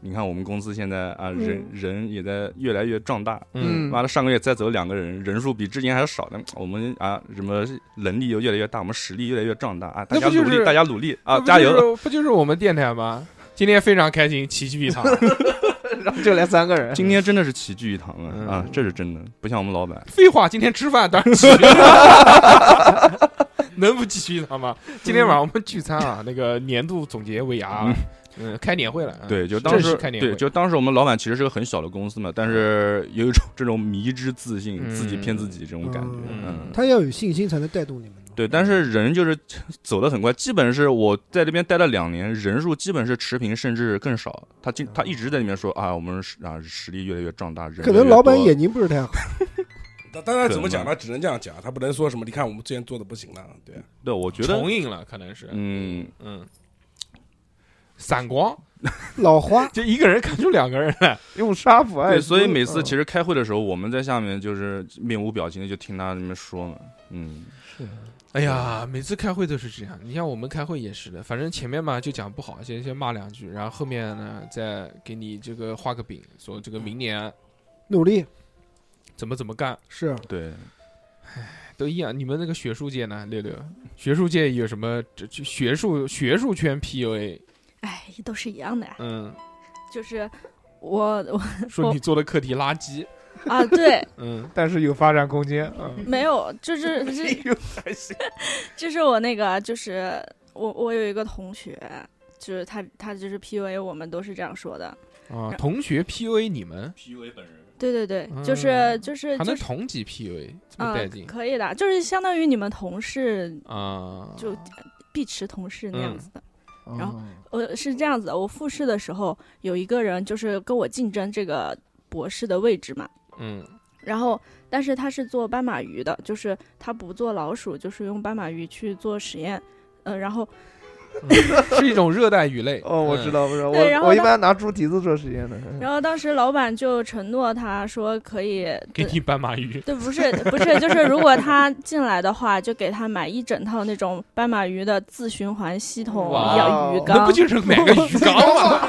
你看我们公司现在啊人
嗯
人也在越来越壮大，
嗯，
妈的上个月再走两个人，人数比之前还少呢，我们啊什么能力又越来越大，我们实力越来越壮大啊，大
那
家
不就
努力，
是
大家努力啊，
那不
加
就是
油！！
不就是我们电台吗？今天非常开心，奇迹一 场，
然后就来三个人，
今天真的是齐聚一堂了、
嗯
啊，这是真的，不像我们老板，
废话，今天吃饭当然 继续，能不继续一堂吗？今天晚上我们聚餐啊，那个年度总结尾牙
嗯，
嗯，开年会了。嗯，
对，就
正
当
式
时
开年
对，
会
就当时我们老板其实是个很小的公司嘛，但是有一种 这种迷之自信，
嗯
自己骗自己这种感觉，
嗯
嗯
他要有信心才能带动你们。
对，但是人就是走得很快，基本是我在这边待了两年，人数基本是持平，甚至更少。他经他一直在里面说啊，我们是啊实力越来越壮大，人越
可
来
能
越
老板
多
眼睛不是太好，
当当然怎么讲呢？只能这样讲，他不能说什么。你看我们之前做的不行了，对啊，
对，我觉得
重映了，可能是，
嗯，
嗯，散光，
老花
就一个人看出两个人来，
用沙普爱
对，
滋，
所以每次
嗯
其实开会的时候，我们在下面就是面无表情的就听他那边说嘛，嗯，
哎呀，每次开会都是这样。你像我们开会也是的，反正前面嘛就讲不好，先先骂两句，然后后面呢再给你这个画个饼，说这个明年
努力
怎么怎么干
是
对，
都一样。你们那个学术界呢，六六，学术界有什么这这学术学术圈 PUA？
哎，都是一样的，
嗯，
就是我我
说你做的课题垃圾，
啊，对，
嗯
但是有发展空间。嗯，
没有，就是这
还行，
这是我那个，就是我我有一个同学，就是他他就是 PUA 我们都是这样说的，
啊，同学 PUA 你们
对对对，就是
嗯
就是
还
就
能
是
同级 PUA，这么带
嗯，
劲
可以的，就是相当于你们同事
啊？
就碧池同事那样
嗯
子的。然后我是这样子的，我复试的时候有一个人就是跟我竞争这个博士的位置嘛，
嗯
然后但是他是做斑马鱼的，就是他不做老鼠，就是用斑马鱼去做实验，呃，然后
是一种热带鱼类。
哦，我
嗯
知。道，不知道，
对然
我
后
我一
他
般拿猪蹄子做实验的，嗯
然后当时老板就承诺他说可以
给
对
你斑马鱼，
对，不是不是，就是如果他进来的话，就给他买一整套那种斑马鱼的自循环系统
哇哦
养鱼
那
缸
不，就是买个鱼缸 吗？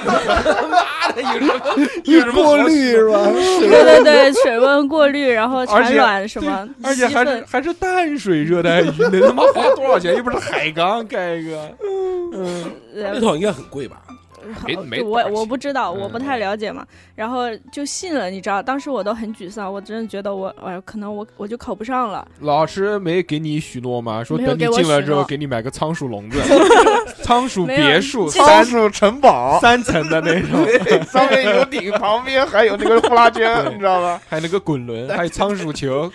妈的，有什么 有什么
过
好
滤是吧？
对对对，水温过滤，然后
而
产
且
卵什么
而且
吸
还
粉
是还是淡水热带鱼，能他妈花多少钱？又不是海缸盖一个，
那
呃
套应该很贵吧？
没没多少
我我不知道，
嗯
我不太了解嘛，然后就信了，你知道，当时我都很沮丧，我真的觉得我，哎，可能我我就考不上了，
老师没给你许诺吗？说
没有
等你
给我
进来
许
之后
诺
给你买个仓鼠 笼子，仓鼠别墅
没有
三
鼠城堡，
三层的那种，
上面有顶，旁边还有那个呼啦圈，
对
你知道吧？
还有那个滚轮，还有仓鼠球，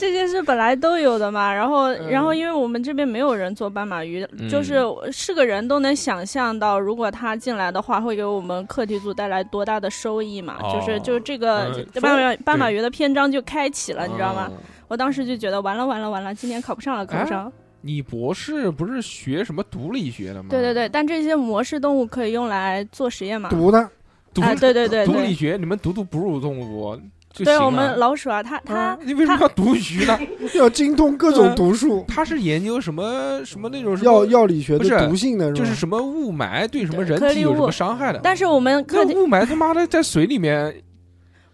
这些是本来都有的嘛，然后，
嗯
然后因为我们这边没有人做斑马鱼，
嗯
就是是个人都能想象到，如果他进来的话，会给我们课题组带来多大的收益嘛？
哦
就是就是这个
嗯
这斑马斑马鱼的篇章就开启啊了，你知道吗？
嗯？
我当时就觉得完了完了完了，今年考不上了，考
哎
不上。
你博士不是学什么毒理学的吗？
对对对，但这些模式动物可以用来做实验嘛？
毒的
毒
哎，对对对
毒理
对，
学，你们读读哺乳动物就行
对
了。
我们老鼠啊，它它
啊你为什么要读鱼呢？
要精通各种毒素，
他是研究什么什么那种嗯什
药
么，
药理学
不是
的毒性的
就是
吧？
什么雾霾对什么
对
人
颗
体
粒
有什
物
么伤害的。
但是我们课
那
题
雾霾他妈的在水里面，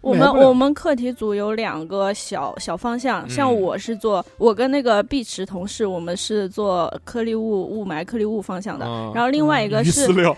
我
买
们
不了
我们课题组有两个小小方向，
嗯
像我是做，我跟那个碧池同事，我们是做颗粒物雾霾颗粒物方向的，
嗯
然后另外一个
鱼
是
饲 料。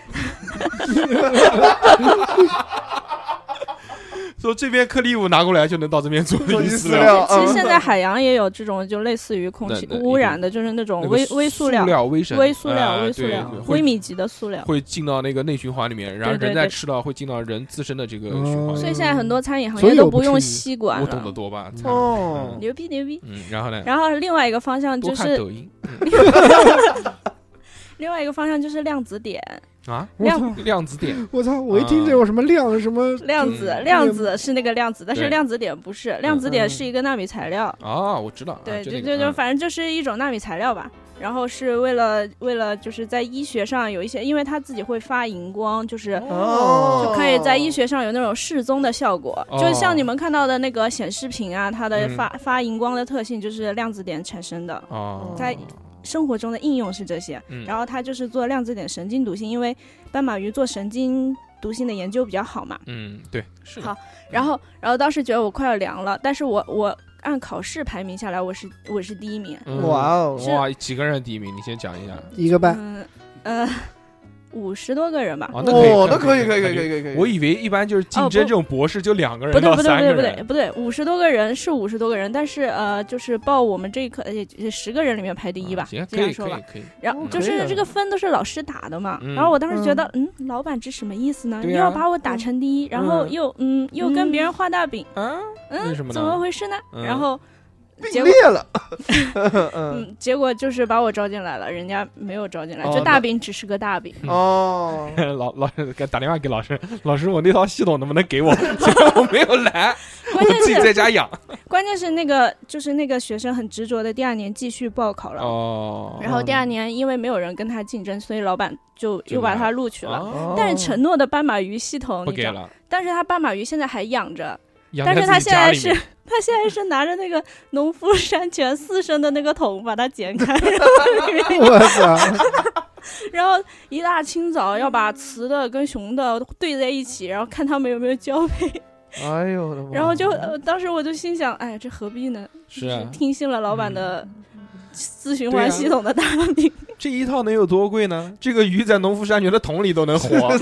说这边颗粒物拿过来就能到这边做
做
鱼
鱼
饲
饲料
其实
嗯
现在海洋也有这种，就类似于空气
对对
污染的，就是那
那
种
个
微微塑料、
微生
微塑料、
哎
微塑
对
料
对、会
微米级的塑料。
会进到那个内循环里面，然后
对对
人再
对
吃到会进到人自身的这个
哦
循环里
所
面。
以现在很多餐饮行
所
业
以
都
我不吃
用
鱼
吸管
我懂得
了，
多吧？操
哦，
牛逼牛逼。
嗯，然后呢？
嗯然后另外一个方向
多
就
看
是
抖音。
另外一个方向就是量子点，
啊，
我操
量子点，
我操！我一
啊
听这有什么量什么，
量子，
嗯
量子是那个量子，但
对嗯
是量子点不是，量子点是一个纳米材料。
啊，我知道，啊
对，
就
就
那
就
个
就
嗯
反正就是一种纳米材料吧。然后是为了为了就是在医学上有一些，因为它自己会发荧光，就是
哦
就可以在医学上有那种示踪的效果。
哦
就像你们看到的那个显示屏啊，它的
嗯
发、发荧光的特性就是量子点产生的。
啊，
在生活中的应用是这些，
嗯
然后它就是做量子点神经毒性，因为斑马鱼做神经毒性的研究比较好嘛。
嗯，对，是的
好然后，然后当时觉得我快要凉了，但是我我按考试排名下来，我是我是第一名。
嗯
哇哦，
是
哇，几个人第一名？你先讲一下。
一个半，
嗯呃，五十多个人吧。
哦，那可以，
哦，那可以可以可以可
以。
以可以，
我以为一般就是竞争这
哦
种博士就两个人
不对
到
不对
三
不对
个
不对
人，
不对，五十多个人是五十多个人，但是呃，就是报我们这一科呃也十个人里面排第一吧
嗯，行，
这
可
样
以
说
可
吧
以。可以，
然后
嗯
就
可以的
是这个分都是老师打的嘛，
嗯
然后我当时觉得，嗯，老板这什么意思呢？
对
又
呀
要把我打成第一，然后又嗯又跟别人画大饼，
啊，为
嗯
什么，呢
怎么回事呢？
嗯
然后结
并
果
列了， 嗯
嗯结果就是把我招进来了，人家没有招进来，
哦
就
那
大饼只是个大 饼。
哦，
老老师给打电话给老师，老师我那套系统能不能给我？ 虽然我没有 来，我
关键
自己在
是
家养。
关键是那个就是那个学生很执着的第二年继续报考了，
哦，
然后第二年因为没有人跟他竞争，所以老板就
就
又把
来
他录取了。
哦
但是承诺的斑马鱼系统
不
你知
给
道，
了，
但是他斑马鱼现在还养着，
养
但是
在
他
自己
现
家
在
里
是
面
他现在是拿着那个农夫山泉四升的那个桶把它剪 开，然后里面
我操！
然后一大清早要把雌的跟雄的对在一起，然后看它们有没有交配，
哎呦我的妈，
然后就、呃当时我就心想，哎，这何必呢？
是啊嗯
听信了老板的自循
对啊
环系统的大命。
这一套能有多贵呢？这个鱼在农夫山泉的桶里都能
嗯
活，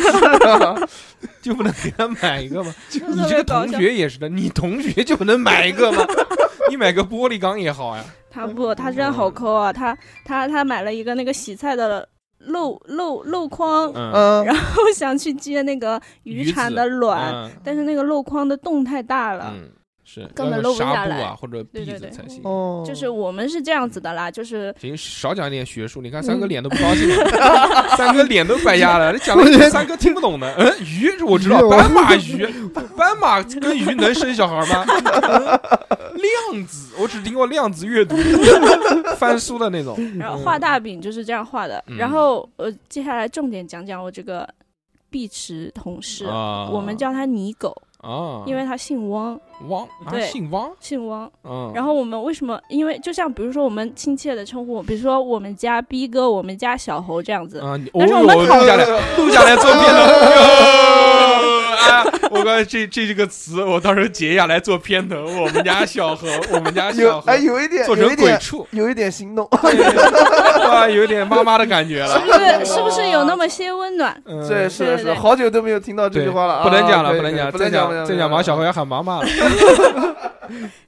就不能给他买一个吗？你
特
这
别
个
搞
同
笑。
学也是的，你同学就不能买一个吗？ 你买个玻璃缸也好呀。
他不，他真好抠啊！他他他买了一个那个洗菜的漏漏漏筐，
嗯，
嗯，
然后 想去接那个
鱼
渔产
子
的卵，
嗯
但是那个漏筐的洞太大了。
嗯，是
根
要用
本搂不
纱
下
布
来
啊，或者
对
篦
对
子
对
才行。
哦，
就是我们是这样子的啦，就是
行，少讲一点学术。你看三
嗯
哥脸都不高兴了， 三哥脸都白压了。你讲的
我觉得
三哥听不懂的。嗯，鱼我知道
鱼，我
斑马鱼，斑马跟鱼能生小孩吗？量子，我只听过量子阅读， 翻书的那种。
然后画大饼就是这样画的。
嗯
然后呃，接下来重点讲讲我这个碧池同事，
啊，
我们叫他泥狗，
啊，
因为他姓汪，
汪啊，
对
姓汪，
姓汪。
嗯，
然后我们为什么？因为就像比如说我们亲切的称呼，比如说我们家逼哥，我们家小猴这样子。
啊，你
但是我们
哦
考
录下来，
呃
录下来做 片头。啊，我刚才这这这个词，我到时候截下来做片头。我们家小何，我们家小
有
何
哎，有一点，
做
有
成
一
鬼
点，
畜，
有一点心动，
哇，有点妈妈的感觉了。
对，是不是有那么些温暖？
嗯
对，是的，
对
是的，
对
好久都没有听到这句话了，
不能讲了，
啊
不能
可以可以
讲，
不
再
能讲，不能
讲再讲，马小
不
何
能
要喊妈妈了。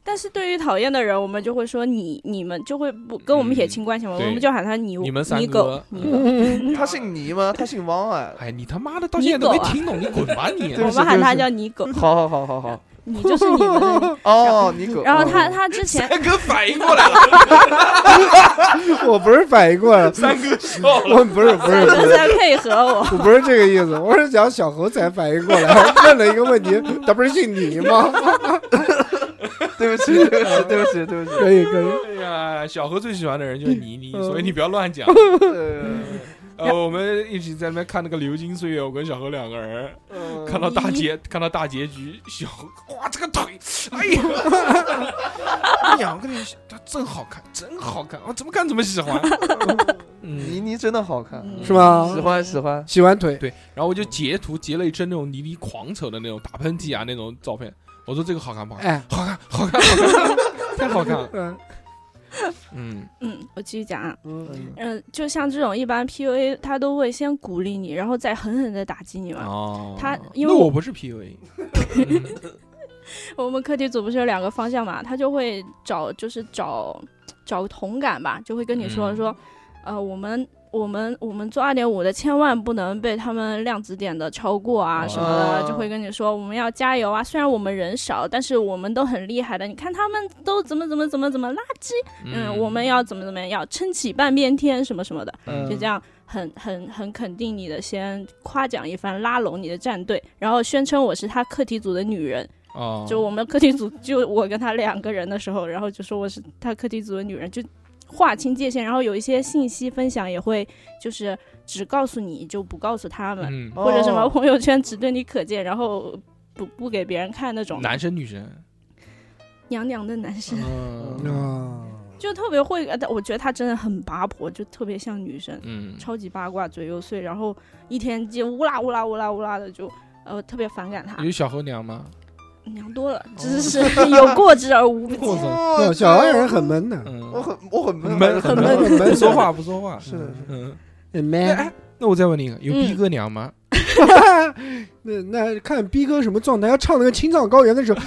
但是对于讨厌的人，我们就会说你，你们就会不跟我们撇清关系嘛，我
嗯对
们就喊他你，
你们三
你
哥
狗，你狗，
他姓 倪吗？他姓汪啊，
哎，你他妈的到现在都没听懂，你滚吧你！
我
不起
们喊他
啊对不起
叫你狗，
好好好好好，
你就是你们的你。
哦，倪可，
然后他
哦
他之 前
三哥反应过来了，
我不是反应过来，
三哥笑了。
我不是不
三
是不
哥
是，
在配合 我，
我不是这个意思，我是讲小猴才反应过来， 我问了一个问题，他不是姓倪吗？
对不 起，对不起，对不起，对不起
可以可以，
哎呀，小何最喜欢的人就是倪妮，
嗯
所以你不要乱讲。
呃
呃，我们一起在那边看那个《流金岁月》，我跟小何两个人，
呃
看到大结，看到大结局，小何哇这个腿，哎呀，哎呀，我跟你说，他真好看，真好看，我怎么看怎么喜欢。嗯，
倪妮真的好看，
是
嗯
吗？
喜欢喜欢，
喜欢腿，
对，然后我就截图截了一帧那种倪妮狂扯的那种打喷嚏啊那种照片，我说这个好看不好看？
哎，
好看，好看，好看，太好 看了。
嗯，
嗯，
嗯，我继续讲啊，
嗯，
嗯，就像这种一般 PUA，他都会先鼓励你，然后再狠狠的打击你嘛。
哦
他因为
那我不是 PUA，
我们课题组不是有两个方向嘛，他就会找就是找找同感吧，就会跟你说
嗯
说，呃，我们我们我们做二点五的，千万不能被他们量子点的超过啊什么的，
哦
就会跟你说我们要加油啊。虽然我们人少，但是我们都很厉害的。你看他们都怎么怎么怎么怎么垃圾，嗯，我们要怎么怎么样，撑起半边天什么什么的，
嗯
就这样很很很肯定你的，先夸奖一番，拉拢你的战队，然后宣称我是他课题组的女人。
哦，
就我们课题组就我跟他两个人的时候，然后就说我是他课题组的女人，就划清界限，然后有一些信息分享也会就是只告诉你就不告诉他们，
嗯，
或者什么
哦
朋友圈只对你可见，然后不不给别人看那种
男生女 生，
娘娘的男生，
嗯
啊，
就特别会，呃我觉得他真的很八婆，就特别像女生，
嗯，
超级八卦，嘴又碎，然后一天就乌啦乌啦乌啦乌啦的就。呃，特别反感他，
有小猴娘吗？
娘多了，
哦
只是 有过之而无不及。
对哦
哦
小黑人很闷的，
我
嗯，
很我很闷
闷
很
闷
闷，
很闷
不说话不说话，
是的，是的
嗯，哎
很 man。
哎，那我再问你一个，有
嗯
逼哥娘吗？
那那看逼哥什么状态？要唱那个青藏高原的时候，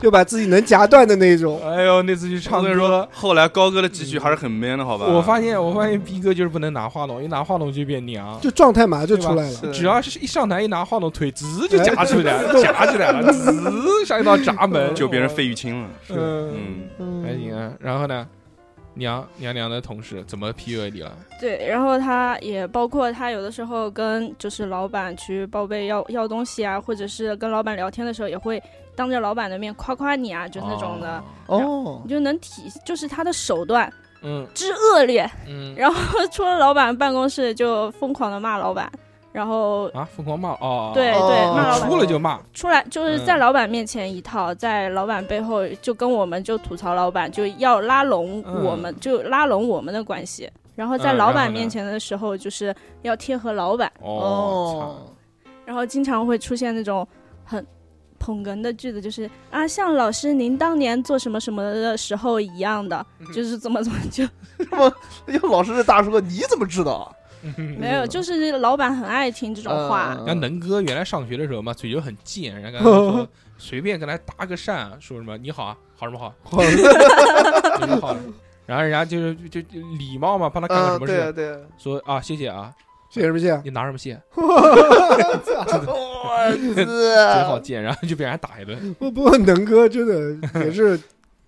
就把自己能夹断的那种。
哎呦，那次去唱
所以
歌
说，，后来高歌的几曲还是很 man 的，好吧？
我发现我发现逼哥就是不能拿话筒，一拿话筒就变娘，
就状态马上就出来了。
是
只要是一上台一拿话筒，腿直就夹出来了，夹起来了，直像一道闸门，
就变成费玉清了，
嗯，
嗯，
还行啊。然后呢，娘娘娘的同事怎么 PUA 你了？
对，然后他也包括他有的时候跟就是老板去报备要要东西啊，或者是跟老板聊天的时候，也会当着老板的面夸夸你啊，就那种的，
哦，
哦
你，就能体就是他的手段
嗯
之恶劣，
嗯
然后出了老板办公室就疯狂的骂老板，然后
啊，疯狂骂哦，
对
哦
对
哦
骂老板
出了就骂，
出来就是
嗯
在老板面前一套，在老板背后就跟我们就吐槽老板，就要拉拢我们，就拉拢我们的关系。然后在
嗯
老
然
板
后呢
面前的时候，就是要贴合老板，
哦，
然后经常会出现那种很捧哏的句子，就是啊，像老师您当年做什么什么的时候一样的，就是怎么怎么就
要哎老师是大叔，你怎么知道啊？
没有，就是老板很爱听这种
嗯
话。
像能哥原来上学的时候嘛，嘴就很贱，人家跟他说随便跟他搭个讪，说什么你好啊，好什么好，好什么好，然后人家就是就就礼貌嘛，帮他干个什
嗯，
么
对啊
事，
对啊，
说啊谢谢啊，
谢什么谢？
你拿什么谢，
我
嘴好
操！
贱，然后就被人家打一顿，
不不过能哥真的也是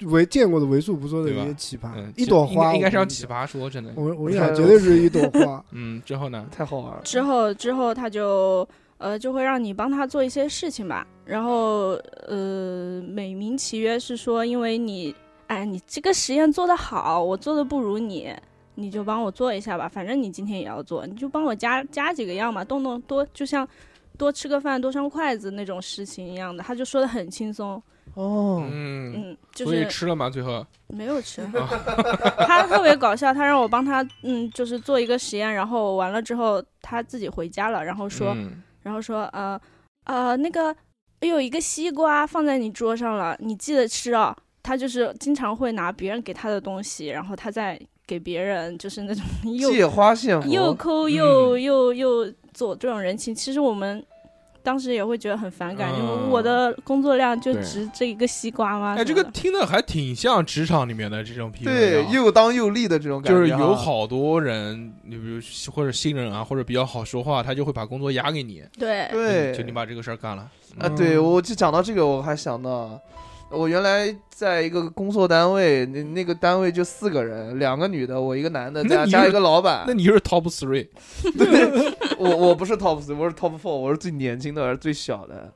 为见过的为数不多的一
对
些
吧
奇葩
嗯，，
一朵
应
花
该应该是
我
让
跟
奇
你
葩说，真的，
讲。我我跟
啊
你讲，绝对是一朵花。
嗯，之后呢，
太好玩了，
之后之后他就呃就会让你帮他做一些事情吧，然后呃美名其曰是说，因为你哎你这个实验做得好，我做的不如你。你就帮我做一下吧，反正你今天也要做，你就帮我加加几个样嘛，动动多，就像多吃个饭、多双筷子那种事情一样的。他就说的很轻松，
哦，
嗯，
嗯，就
所以
是
吃了嘛，最后啊
没有吃， 他特别搞笑，他让我帮他，嗯，就是做一个实验，然后完了之后他自己回家了，然后说，
嗯
然后说，呃，呃，那个我有一个西瓜放在你桌上了，你记得吃啊。他就是经常会拿别人给他的东西，然后他再给别人，就是那种又
借花献佛，
又抠又又又做这种人情。其实我们当时也会觉得很反感，因为
嗯
我的工作量就
对
值这一个西瓜吗？
哎， 这个听的还挺像职场里面的这种 PUA，
对
啊
又当又立的这种感
就
觉啊，
是有好多人，你比如或者新人啊，或者比较好说话，他就会把工作压给你，
对，
对，
嗯就你把这嗯个事儿干了。
啊，对，我就讲到这个，我还想到，我原来在一个工作单位，那那个单位就四个人，两个女的，我一个男的，
那
加
你
加
是
一个老板
那。你就是 top three，
我我不是 top three，我是 top four，我是最年轻的，我是最小的。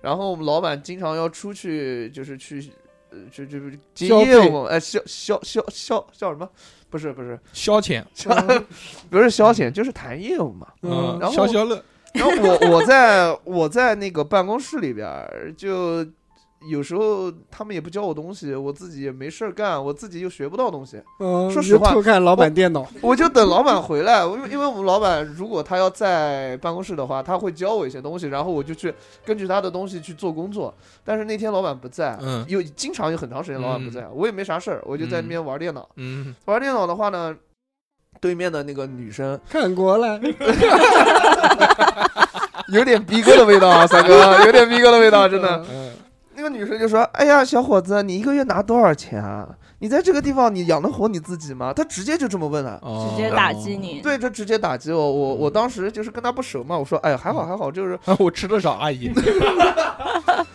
然后我们老板经常要出去，就是去，呃，就就就接
消
业
费
务，哎，消消消消叫什么？不是不是，啊
消遣，
嗯
不是消遣，就是谈业务嘛。
嗯，
然后
消消乐，
然后我我在我在那个办公室里边儿，就有时候他们也不教我东西，我自己也没事儿干，我自己又学不到东西，
嗯，
说实话
你就偷看老板电脑，
我哎就等老板回来。我因为因为我们老板如果他要在办公室的话，他会教我一些东西，然后我就去根据他的东西去做工作。但是那天老板不在，
嗯
有经常有很长时间老板不在，我也没啥事儿，我就在那边玩电脑。
嗯，
玩电脑的话呢，对面的那个女生
看过来，
有点逼哥的味道啊，三哥，有点
嗯
逼哥的味道，真的。那个女生就说：“哎呀，小伙子，你一个月拿多少钱啊？你在这个地方你养得活你自己吗？他直接就这么问了。
哦
直接打击。你。
对，这直接打击我，我我当时就是跟他不熟嘛，我说，哎，还好还好，就是
我吃得少，阿 姨。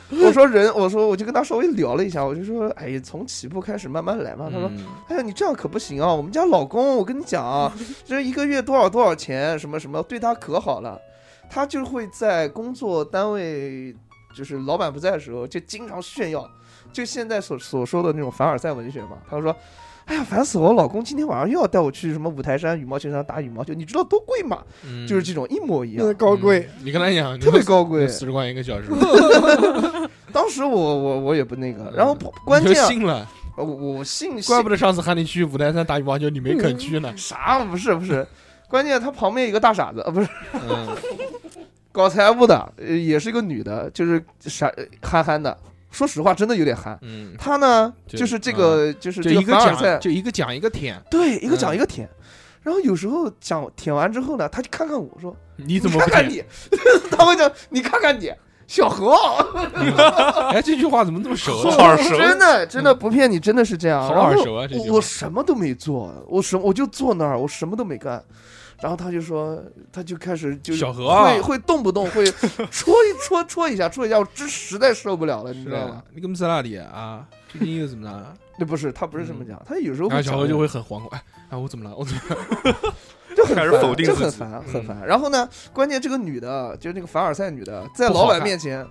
我说人，我说我就跟他稍微聊了一下，我就说，哎，从起步开始慢慢来嘛。他说，
嗯
哎呀，你这样可不行啊！我们家老公，我跟你 讲啊，这一个月多少多少钱，什么什么，对他可好了。他就会在工作单位，就是老板不在的时候，就经常炫耀，就现在所所说的那种凡尔赛文学嘛。他说：“哎呀，烦死我！我老公今天晚上又要带我去什么五台山羽毛球场打羽毛球，你知道多贵吗？
嗯
就是这种一模一样
那，高贵，
嗯你跟他讲，
特别高贵。
四十块钱一个小时，
当时我我我也不那个，然后关
你
键
就
啊
嗯信了，
我我信，
怪不
得
得上次喊你去五台山打羽毛球，你
嗯
没肯去呢。
啥？不是不是， 关键他旁边有一个大傻子啊，不是。”
嗯，
搞财务的，呃也是一个女的，就是傻呃憨憨的。说实话，真的有点憨。
嗯，
她呢，
对
就是这个，就是
嗯就
这
一
凡尔赛
讲，，就一个讲一个舔，
对，一个讲
嗯
一个舔。然后有时候讲舔完之后呢，她就看看我说
你：“怎么
看
不
看
舔？
你？” 她会讲：“你看看你，小何，
哎，这句话怎么这么熟呢？
好耳熟，
真的真的不骗你，真的是这样。”
好
然后
耳熟啊这句话
我我什么都没做，我什我就坐那儿，我什么都没干。然后她就说，她就开始就
小何啊
会，会动不动会戳一戳戳一下戳一下，我真实在受不了了，你
是
知道吗
吧？？你跟我们在那里啊？ 最近又怎么了？
那不是他不是这么讲，他有时候
嗯然后
会
小
讲
何就会很惶恐，哎，啊，我怎么了？我 怎么了？
就很
开始
烦
否定
就
自
很
己
烦
嗯
很烦。然后呢，关键这个女的，就是那个凡尔赛女的，在
不
老
好
板
看
面前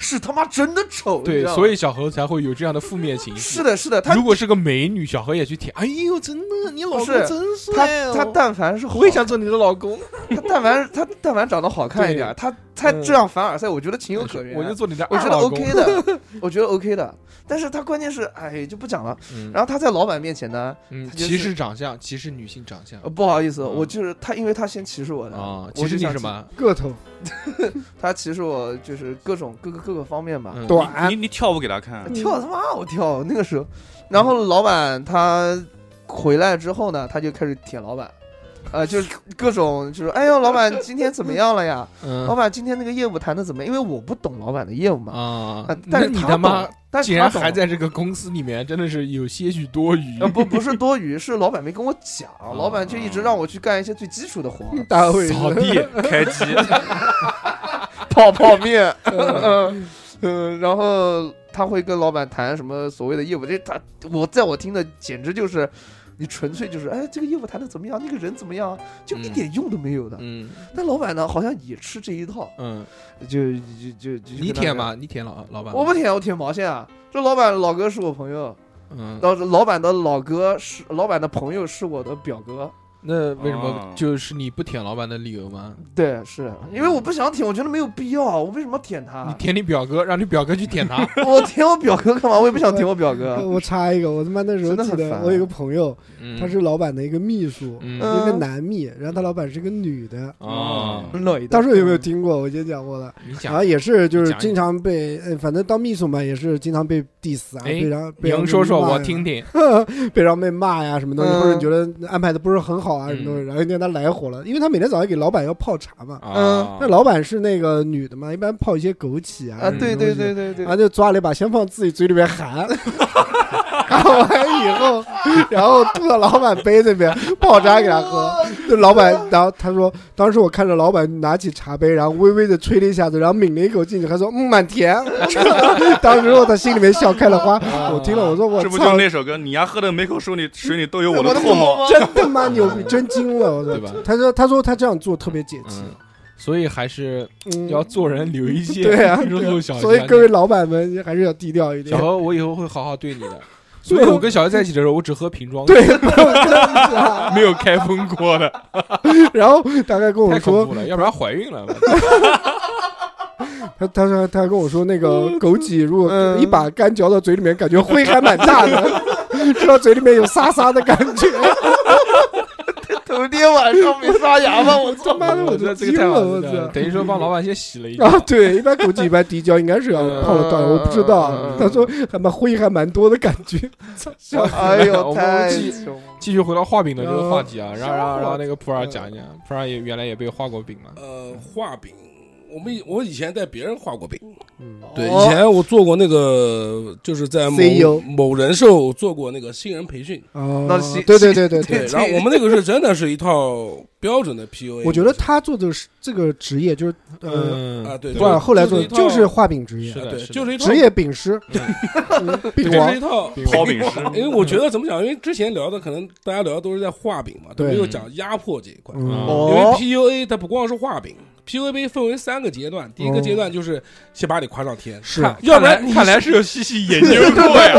是他妈真的丑，你
对
知，道吗
所以小何才会有这样的负面情绪
是。的是的，他
如果是个美女，小何也去舔。哎呦，真的，你老
不
公
是
真帅
他
哦！
他但凡是好
我也想做你的老公，
他 但凡是他但凡长得好看一点，
对
他他
嗯
这样凡尔赛，我觉得情有可原，
我就做你的
我
二
觉得
老公
OK 的，我觉得 OK 的。但是他关键是哎就不讲了。
嗯
然后他在老板面前呢，
嗯，
他就是
歧视长相，歧视女性长相
呃不好意思，
嗯
我就是他，因为他先歧视我的
啊
我，
歧视
就
你
想
什
起？
么？
个头
他歧视我就是各种各个各个方面吧。
嗯
短
你，你跳舞给他看，
跳他妈我跳那个时候，然后老板他回来之后呢，他就开始舔老板，呃，就是各种就是哎呦，老板今天怎么样了呀？老
嗯
板今天那个业务谈的怎么样？因为我不懂老板的业务嘛，
啊
啊，
那
但是
你
他
他妈
懂，但是
竟
他
然
懂
还。在这个公司里面，真的是有些许多余
呃，。不，不是多余，是老板没跟我讲，老板就一
哦
直让我去干一些最基础 的活，
大卫
扫地，
开机，
泡泡面， 嗯，然后他会跟老板谈什么所谓的业务，这他我在我听的简直就是，你纯粹就是，哎，这个业务谈的怎么样，那个人怎么样，就一点用都没有的。
嗯
但老板呢，好像也吃这一套，
嗯，
就就就就
你舔？吗？你舔老老
就跟他
板？
聊我不，舔，我舔毛线啊！这老板老哥是我朋友，
嗯，
老老板的老哥是老板的朋友是我的表哥，
那为什么
哦
就是你不舔老板的理由吗？
对，是因为我不想舔，我觉得没有必要，我为什么要舔
你
啊
他？
舔你表哥，让你表哥去舔 他。
我舔我表哥干嘛？我也不想舔我表哥。
我插一个，我他妈那时候
真的
记
很
得
烦
我有个朋友，
嗯
他是老板的一个秘书，
嗯
一
嗯
个男秘，然后他老板是个女的。
啊，
老一代
当时有没有听过？我已经讲过了，
你
然
讲
后也是就
你
是
讲一
经常被，呃反正当秘书嘛，也是经常被 diss 啊，
哎
被让被让
能
被
说说
骂呀
我听听。
被让被骂呀，什么东西，
嗯
或者你觉得安排的不是很好啊，什么东
嗯
西，然后让他来火了，因为他每天早上给老板要泡茶嘛，
啊
那老板是那个女的嘛，一般泡一些枸杞啊，
啊，
什么
对
东
对
西
对，对对
然后，就抓了一把，先放自己嘴里面含，含完以后，然后吐到老板杯这边，泡茶给他喝。就老板，然后他说，当时我看着老板拿起茶杯，然后微微的吹了一下子，然后抿了一口进去，还说嗯，蛮甜。 当时我在心里面笑开了花，
啊
我听了我说我
这不
操
就，那首歌？你丫喝的每口水里水里都有我
我
的
的
唾沫。
真他妈牛逼，真惊了，我
对
操
吧！
他说他说他这样做特别解气，
嗯，所以还是
嗯，
要做人留一线，
对啊
日后小心
所以各位老板们还是要低调一点
小。何，我以后会好好对你的。所以我跟小何在一起的时候，我只喝瓶装的，
对，不用这样子啊。
没有开封过的，
然后大概跟我
太恐
说，
怖了，要不然怀孕了。
他他说他跟我说那个枸杞，如果一把干嚼到嘴里面，感觉灰还蛮大的， 吃到嘴里面有沙沙的感觉。
头天晚上没刷牙吗？我
他 妈的，我
这
都
这
惊
个太
了，
好
我
吃了，
操！
等于说帮老板先洗了一
啊，
脚。
对，一般枸杞一般滴胶应该是要泡了到，我不知道。他说还蛮灰还蛮多的感觉，
操！哎
我
呦，
们
太
继
穷了。
继续回到画饼的这个话题啊，
嗯
让让让那个普洱讲一讲，普洱也原来也被画过饼嘛。
呃，画饼我们以我以前带别人画过饼，
嗯
对，
哦 E
以前我做过那个，就是在某
CEO
某人寿做过那个新人培训，
哦
那是，
对对对对对，
对，然后我们那个是真的是一套标准的 PUA，
我觉得他做的是这个职业就是呃，
嗯
啊对
不管后来做的就
就是一
是
套
画饼职业
是，
啊
的
对，
的
就是一套
职业饼师，嗯 饼
这是
王
一，套
抛饼师，
因为我觉得怎么讲，因为之前聊的可能大家聊的都是在画饼嘛，都
对
没有讲压迫这一块。
嗯
哦
因为
哦
PUA 它不光是画饼，PUA 分为三个阶段，第一个
哦
阶段就是先把你夸上天，
是
看要不然你
看来是有细细研究过呀。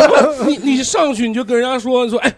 你你上去你就跟人家说，你说哎，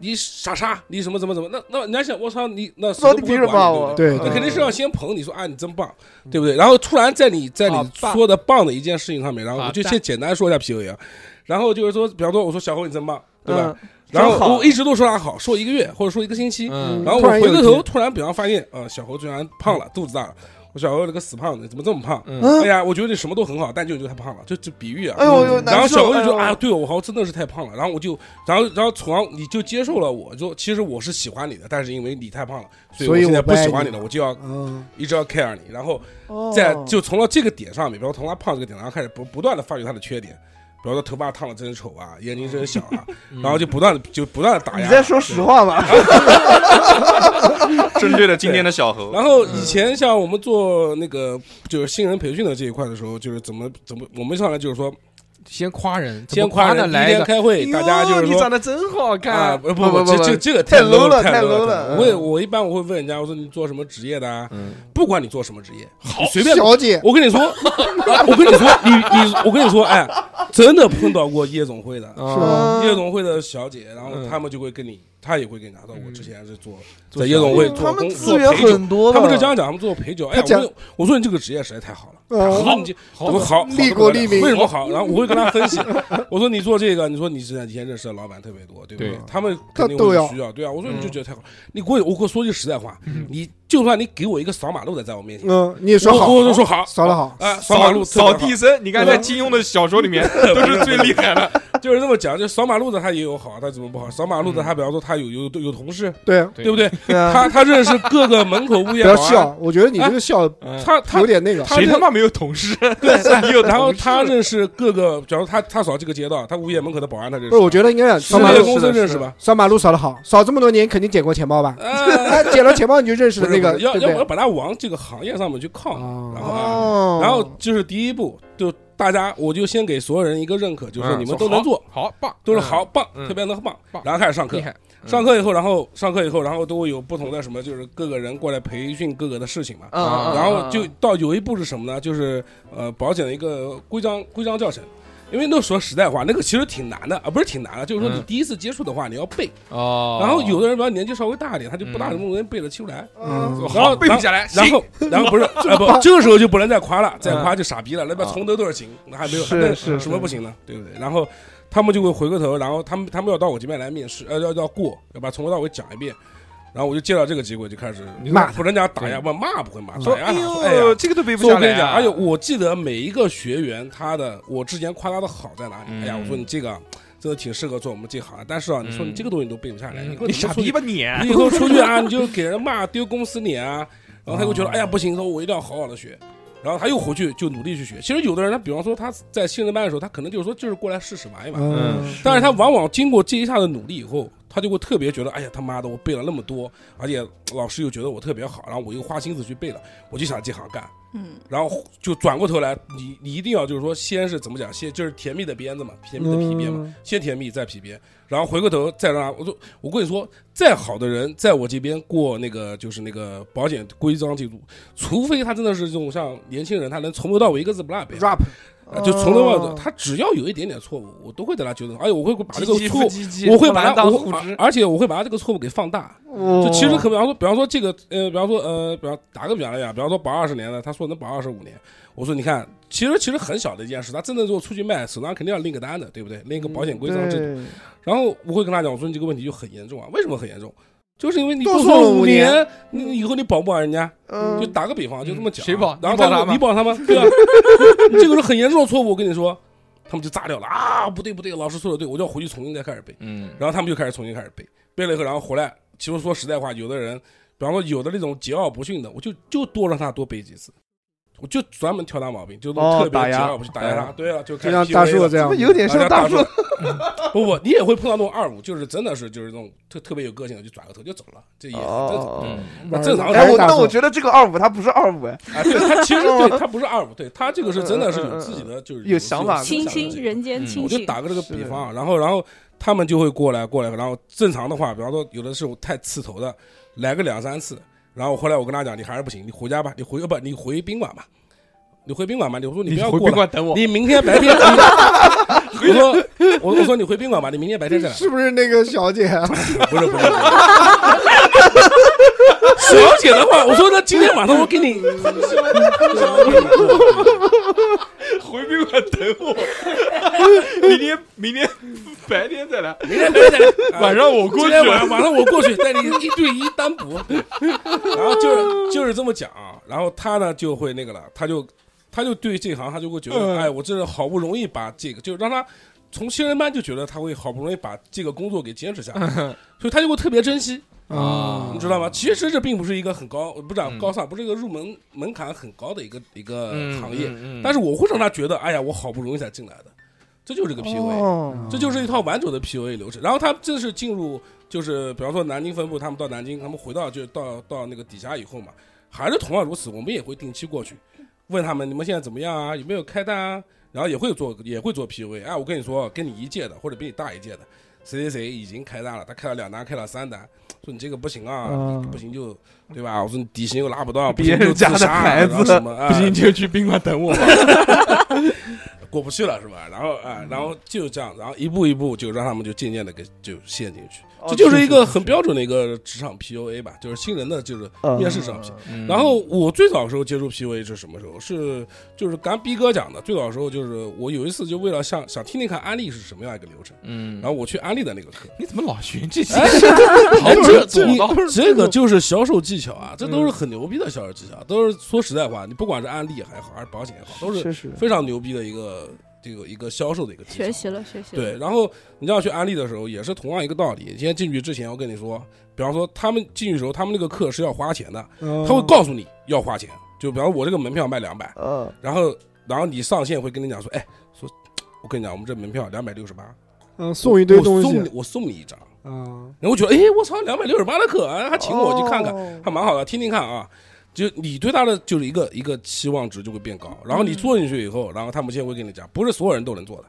你傻叉，你什么怎么怎么，那那人家想我操你那谁
到
都
底
不
凭
会
什么骂
管你，对不
对
我？
对？那
对
肯定是要先捧你说啊，你真棒，对不对？然后突然在你在你
啊棒
说的棒的一件事情上面，然后我就
啊
先简单说一下 PUA，啊然后就是说，比方说我说小侯你真棒，对吧？
嗯？
然
真好
后我一直都说他好，说一个月或者说一个星期，
嗯
然后
突
我
然
回
有一
过
天
头，突然比方发现，呃，小侯居然胖了，肚子大了。我小侯这个死胖子，怎么这么胖？
嗯
哎呀，我觉得你什么都很好，但就觉得他胖了，就就比喻啊。
哎呦哎呦，
然后
难受
小侯就说：“
哎
啊，
呦
对我好像真的是太胖了。”然后我就，然后然后从而你就接受了我，就其实我是喜欢你的，但是因为你太胖了，所以
所以
我现在
我不
不
爱
喜欢
你
你了，我就要
嗯，
一直要 care 你。然后
哦
在就从到这个点上面，比如从他胖这个点，然后开始不不断的发掘他的缺点，比如说头发烫的真丑啊，眼睛真小啊，然后就不断的就不断的打压。
你在说实话吧？
针对了今天的小猴，
然后以前像我们做那个就是新人培训的这一块的时候，就是怎么怎么，我们上来就是说
先夸人，怎么
先夸
呢
人，第一
来一
天
个哎
开会，大家就
哟
是
你
说
长得真好
啊，
看，
不
不不
不这这
不，
这个
太 low 了
了，太
太 low 了
了。我也我一般我会问人家，我说你做什么职业的啊？不管你做什么职业，好随便。
小姐，
我跟你说，啊我跟你说，你你，我跟你说，哎，真的碰到过夜总会的，
啊
是
嗯
吗
夜总会的小姐，然后
嗯
他们就会跟你，他也会跟你拿到。我之前是做
做
在夜总会
小姐
做
他们
工
资
做
源
陪酒
很多的
他们是这样讲，他们做陪酒。哎呀，
他讲
我说我说你这个职业实在太好了。
嗯
好，你
哦
这我说好，好
利国利民哦
为什么好？然后我会跟他分析，我说你做这个，你说你现在以前认识的老板特别多，对不对
对？
他们肯定
他都
会
要
需要，对啊。我说你就觉得太好，你给我，我给我说句实在话，你就算你给我一个扫马路的在我面前，
嗯，你也说
我
好，
我都说好，
扫的好，
啊，扫马路特别
扫
好
地僧，你看在金庸的小说里 面都是最厉害的。
就是这么讲，就扫马路的他也有好，他怎么不好？扫马路的他，比方说他有有有同事，
对，
对
对不对？
对啊，
他他认识各个门口物
嗯 不
业
要
保安，
笑，我觉得你这个笑
他哎他
有点那个，
他
谁
认
他妈没有同事？
你有，然后他认识各个，假如他他扫这个街道，他物业门口的保安他认识，
不是，我觉得应该让
事
扫马
业
路
公
是
司
的
认
是
识
的
吧？
扫马路扫的好，扫这么多年肯定捡过钱包吧？
啊，
哎，捡了钱包你就认识
不
了
是
那个，
不是要
对
要
不
我要
对？
把它往这个行业上面去靠嘛，
哦
然后啊，
哦，
然后就是第一步，就大家我就先给所有人一个认可， 就是说你们都能做，
嗯好棒，
都是嗯好棒，
嗯
特别能棒
棒，
然后开始上课
厉。害，嗯
上课以后，然后上课以后，然后都会有不同的什么，就是各个人过来培训各个的事情嘛。
嗯，嗯
然后就
嗯
到有一步是什么呢？就是呃保险的一个规章规章教程，因为那说实在话，那个其实挺难的啊，不是挺难的，就是说你
嗯
第一次接触的话，你要背。
哦，
然后有的人比较年纪稍微大一点，他就不
嗯
大能容易背得出来。
嗯，
然后
背不下来，
然
行
后，然后不是，哎不，这个时候就不能再夸了，
啊
再夸就傻逼了，那边从头都是行，那还没有，
是
那
是
什么不行呢？对不对？然后他们就会回过头，然后他们他们要到我这边来面试，呃，要要过，要把从头到尾讲一遍，然后我就接到这个结果就开始
骂
不能讲打压，不骂不会骂，
说
打压
哎
他说哎呀
呦，。这个都背不
说
下
我跟你
来
讲，哎
啊。
而且我记得每一个学员他的，我之前夸他的好在哪里？
嗯
哎呀，我说你这个啊真的挺适合做我们这行的，但是啊，你说你
嗯
这个东西都背不下来，你给我
你
怎么
傻
出
逼
去
吧你！
你 以后出去啊，你就给人骂，丢公司脸啊，然后他就觉得，哎呀，不行，说我一定要好好的学，然后他又回去就努力去学。其实有的人，他比方说他在新人班的时候，他可能就是说就是过来试试玩一玩，
嗯，
但是他往往经过这一下的努力以后，他就会特别觉得，哎呀，他妈的，我背了那么多，而且老师又觉得我特别好，然后我又花心思去背了，我就想这行干。
嗯，
然后就转过头来，你你一定要就是说，先是怎么讲，先就是甜蜜的鞭子嘛，甜蜜的皮鞭嘛，
嗯
先甜蜜再皮鞭，然后回过头再让他，我就我跟你说，再好的人在我这边过那个就是那个保险规章制度，除非他真的是这种像年轻人，他能从头到尾一个字不落背。
嗯 rap
呃就从头到尾，
哦
他只要有一点点错误，我都会给他纠正。哎，我会把这个
唧唧
错
复
误，
唧唧
我会
木
把
兰
它，
当
我
户织
会把而且我会把他这个错误给放大。
哦
就其实可比方说，比方说这个，呃，比方说，呃，比方打个比方来讲，比方说保二十年的，他说能保二十五年，我说你看，其实其实很小的一件事，他真的如果出去卖，手上肯定要拎个单的，对不对？拎个保
嗯
险规章制度。
对
然后我会跟他讲，我说你这个问题就很严重啊，为什么很严重？就是因为你
都
不
说了
五
五
年
年，
你以后你保不保人家？就
嗯，
打个比方，就这么讲。
嗯
啊
谁保
然
你
后
保
他
他
们
吗
你保他吗？ 对啊，这个是很严重的错误，我跟你说，他们就炸掉了啊！不对不对，老师说的对，我就要回去重新再开始背。
嗯，
然后他们就开始重新开始背，背了以后，然后回来，其实说实在话，有的人，比方说有的那种桀骜不驯的，我就就多让他多背几次，我就专门挑他毛病，就
哦
特别
打
桀
压嗯
骜不驯，打压他，对啊，就开
就
始
像大
PUA
树
了
这样，
有点像大叔，
不不，你也会碰到那种二五，就是真的是就是那种特特别有个性的，就转个头就走了，这也这
哦，
嗯
那正常
哎，
还
我
是大
那我
树，
觉得这个二五他不是二五哎，
啊，对 他其实对他不是二五，对他这个是真的是有自己的就是
嗯有想法
自己
清
清
的
新人间
嗯
清
我就
醒，
打个这个比方啊，然后然后他们就会过来过来，然后正常的话，比方说有的时候太刺头的，来个两三次，然后后来我跟他讲，你还是不行，你回家吧，你回不你回宾馆吧，你回宾馆吧，你我说你不要
回宾
过来，
馆等我。
你明天白天， 我说我我说你回宾馆吧，你明天白天再来，
是不是那个小姐？啊
不是不是。不是小姐的话，我说那今天晚上我给你，
回宾馆等我，明天明 天白天再来，
明天白天再来。啊
晚上我过
今
去
天。晚上晚上我过去带你一对一单补，然后就是就是这么讲啊，然后他呢就会那个了，他就他就对这行他就会觉得，哎，我真的好不容易把这个，就让他从新人班就觉得他会好不容易把这个工作给坚持下来，所以他就会特别珍惜，
啊
你知道吗？其实这并不是一个很高，不是啊
嗯
高尚，不是一个入门门槛很高的一个一个行业，
嗯
但
是
是我会让他觉得，哎呀，我好不容易才进来的，这就是个 PUA。
哦，
这就是一套完整的 PUA 流程。然后他正式进入，就是比方说南京分部，他们到南京，他们回到就是到到那个底下以后嘛，还是同样如此，我们也会定期过去问他们你们现在怎么样啊，有没有开单啊，然后也会做也会做 PUA。哎，我跟你说，跟你一届的或者比你大一届的，谁谁谁已经开单了，他开了两单，开了三单，说你这个不行啊。
嗯
不行就对吧？我说你底薪又拉不 到，不
别
行
人
就自
家的
杀啊
孩
然后
子
什么
不
哎
行就去宾馆等我吧。
过不去了是吧？然后啊、然后就这样，然后一步一步就让他们就渐渐的给就哦陷进去，这就是一个很标准的一个职场 PUA 吧，就是新人的就是
嗯
面试上 P。然后我最早的时候接触 PUA 是什么时候？是就是刚逼哥讲的，最早的时候就是我有一次就为了想想听听看安利是什么样一个流程，
嗯
然，后我去安利的那 个课，
你怎么老学这些？
哎，这这
你
这个就是销售技巧啊，这都是很牛逼的销售技巧，都是说实在话，你不管是安利还好，还是保险也好，都是
确实，
非常牛逼的一个这个一个销售的一个技巧
学习了，学习了。
对，然后你要去安利的时候，也是同样一个道理。今天进去之前，我跟你说，比方说他们进去的时候，他们那个课是要花钱的，
他
他会告诉你要花钱。就比方说我这个门票卖两百，
嗯，
然后然后你上线会跟你讲说，哎，说我跟你讲，我们这门票两百六十八，
嗯送一堆东
我送
西
你，我送你一张。
啊，
然后我觉得，哎，我操，两百六十八的课，哎，还请我去看看，
哦
看，
还蛮好的，听听看啊。就你对他的就是一个一个期望值就会变高，然后
嗯
你坐进去以后，然后他们现在会跟你讲，不是所有人都能做的。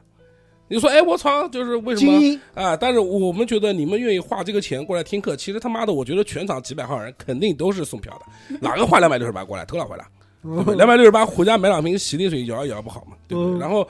你说，哎，我操，就是为什么
精英
啊，但是我们觉得你们愿意花这个钱过来听课，其实他妈的，我觉得全场几百号人肯定都是送票的，哪个花两百六十八过来偷了 回来？两百六十八回家买两瓶洗涤水摇一摇不好嘛，对不
哦
对？
嗯
然后，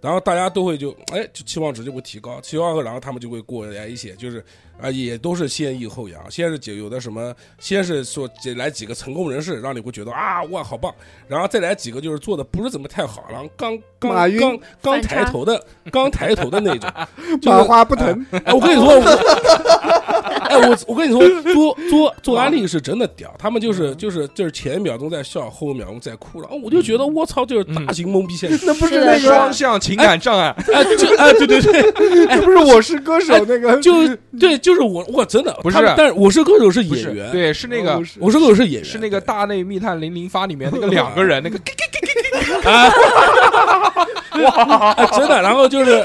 然后大家都会就哎，就期望值就会提高，期望然后他们就会过来一些，就是啊，也都是先抑后扬，先是几有的什么，先是说几来几个成功人士，让你会觉得啊哇好棒，然后再来几个就是做的不是怎么太好，然后刚
马
刚
云
刚刚
反
抬
差
头的刚抬头的那 种，就是
马花不疼，
哎，我跟你说，我哎，我我跟你说，做做做安利是真的屌，他们就是就是就是前一秒钟在笑，后一秒钟在哭了，哦我就
嗯
觉得我操，就是大型懵逼现实。
那不
是
是
的
那
是的
个
啊
双向情感障碍，
哎，这哎，对对 对，
那不是我是歌手那个
哎就对，就是我，我真的
不是啊
他们但是我是歌手是
不
演
是
员，，
对，是那个
哦是
我是歌手是演员，
是那个
对
大内密探零零发里面 那个两个人，那个
啊，真的。然后就是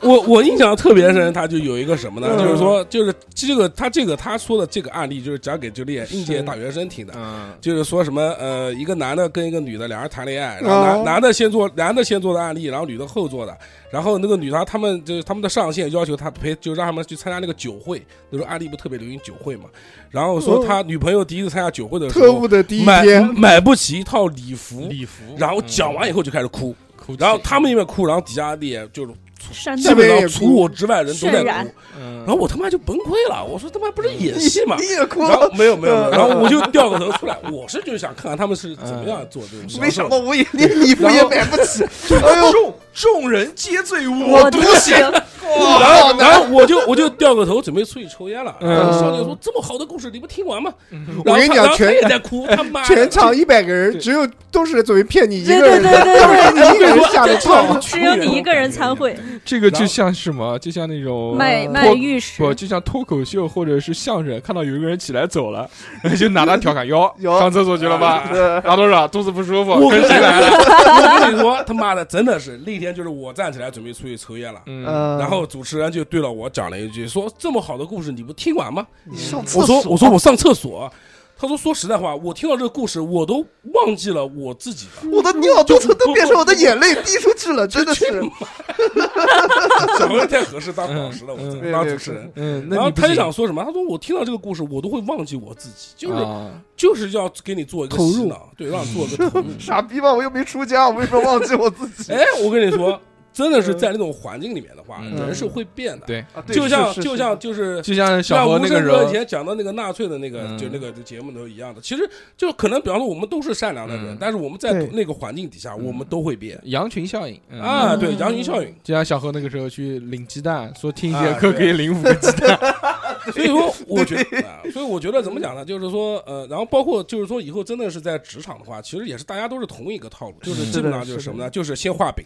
我我印象特别深，他就有一个什么呢？就是说，就是这个他这个他说的这个案例，就是讲给就练应届大学生听的。
嗯
就是说什么呃，一个男的跟一个女的，两人谈恋爱，然后男、
哦
男的先做男的先做的案例，然后女的后做的，然后那个女的他们就是他们的上线要求他陪，就让他们去参加那个酒会，那时候案例不特别流行酒会嘛，然后说
哦
他女朋友第一次参加酒会的时
特
候
务，的第一
买
天，
买不起一套礼服，
礼服
然后讲完以后就开始哭，
后
然后他们因为哭，然后底下的也就是
山
基
这
东
边
本上
也
除
哭
我之外人都在
渲
哭，
染
然
嗯，
后我他妈就崩溃了，我说他妈不是演戏嘛，
你也哭
然后
了，
没有没有，没有，然后我就掉个头出来，我是就是想看看他们是怎么样
嗯
做这种销售的。
没想到 我也连礼服也买不 起，哎呦，
众众人皆醉
啊
我独醒，
然后然后我就我就掉个头准备出去抽烟了。
嗯
然后少年说：“这么好的故事你不听完吗？”然后
我跟你
他
讲
然后他
全
也在哭，他妈的
全场一百个人，只有都是准备骗你一
对
个
对
人的，
对对
都
对，
是你一个人下的套。
只有你一个人参会，
这个就像什么？就像那种
卖
呃
卖玉石
不，，就像脱口秀或者是相声，看到有一个人起来走了， 然后就拿他调侃，哟，
哟
上厕所去了吧？
对
拉多少？肚子不舒服，
我
跟谁来了？
我跟你说，他妈的，真的是那天就是我站起来准备出去抽烟了。
嗯，
嗯，
然后主持人就对了我讲了一句，说这么好的故事你不听完吗？
你嗯上厕
我
所，
说我说我上厕所，他说说实在话，我听到这个故事我都忘记了我自己了。
我的尿都成都变成我的眼泪滴出去了，真的是。
讲的太合适当宝石了，我
嗯
操
嗯
当主持人。
嗯，那
然后
你不
他就
行
想说什么？他说我听到这个故事，我都会忘记我自己，就是
啊，
就是要给你做一个
投入
洗脑，对，让你做一个投入。
傻逼吧，我又没出家，我为什么忘记我自 己？
哎，我跟你说，真的是
嗯
在那种环境里面的话，
嗯
人是会变的。
对，
啊对
就像
是是
就是像就是
就像小
像
何
吴
那
声
个
哥以
人，
前讲到那个纳粹的那个
嗯
就那个节目都一样的。其实就可能，比方说我们都是善良的人
嗯，
但是我们在
对
那个环境底下，我们都会变
羊群效应嗯
啊。对，羊 群效应。
就像小何那个时候去领鸡蛋，说听一节
啊
课可以领五个鸡蛋，
所以说，我觉得，啊所以我觉得怎么讲呢？就是说，呃，然后包括就是说，以后真的是在职场的话，其实也是大家都是同一个套路，
嗯
就是基本上就是什么呢？就是先画饼。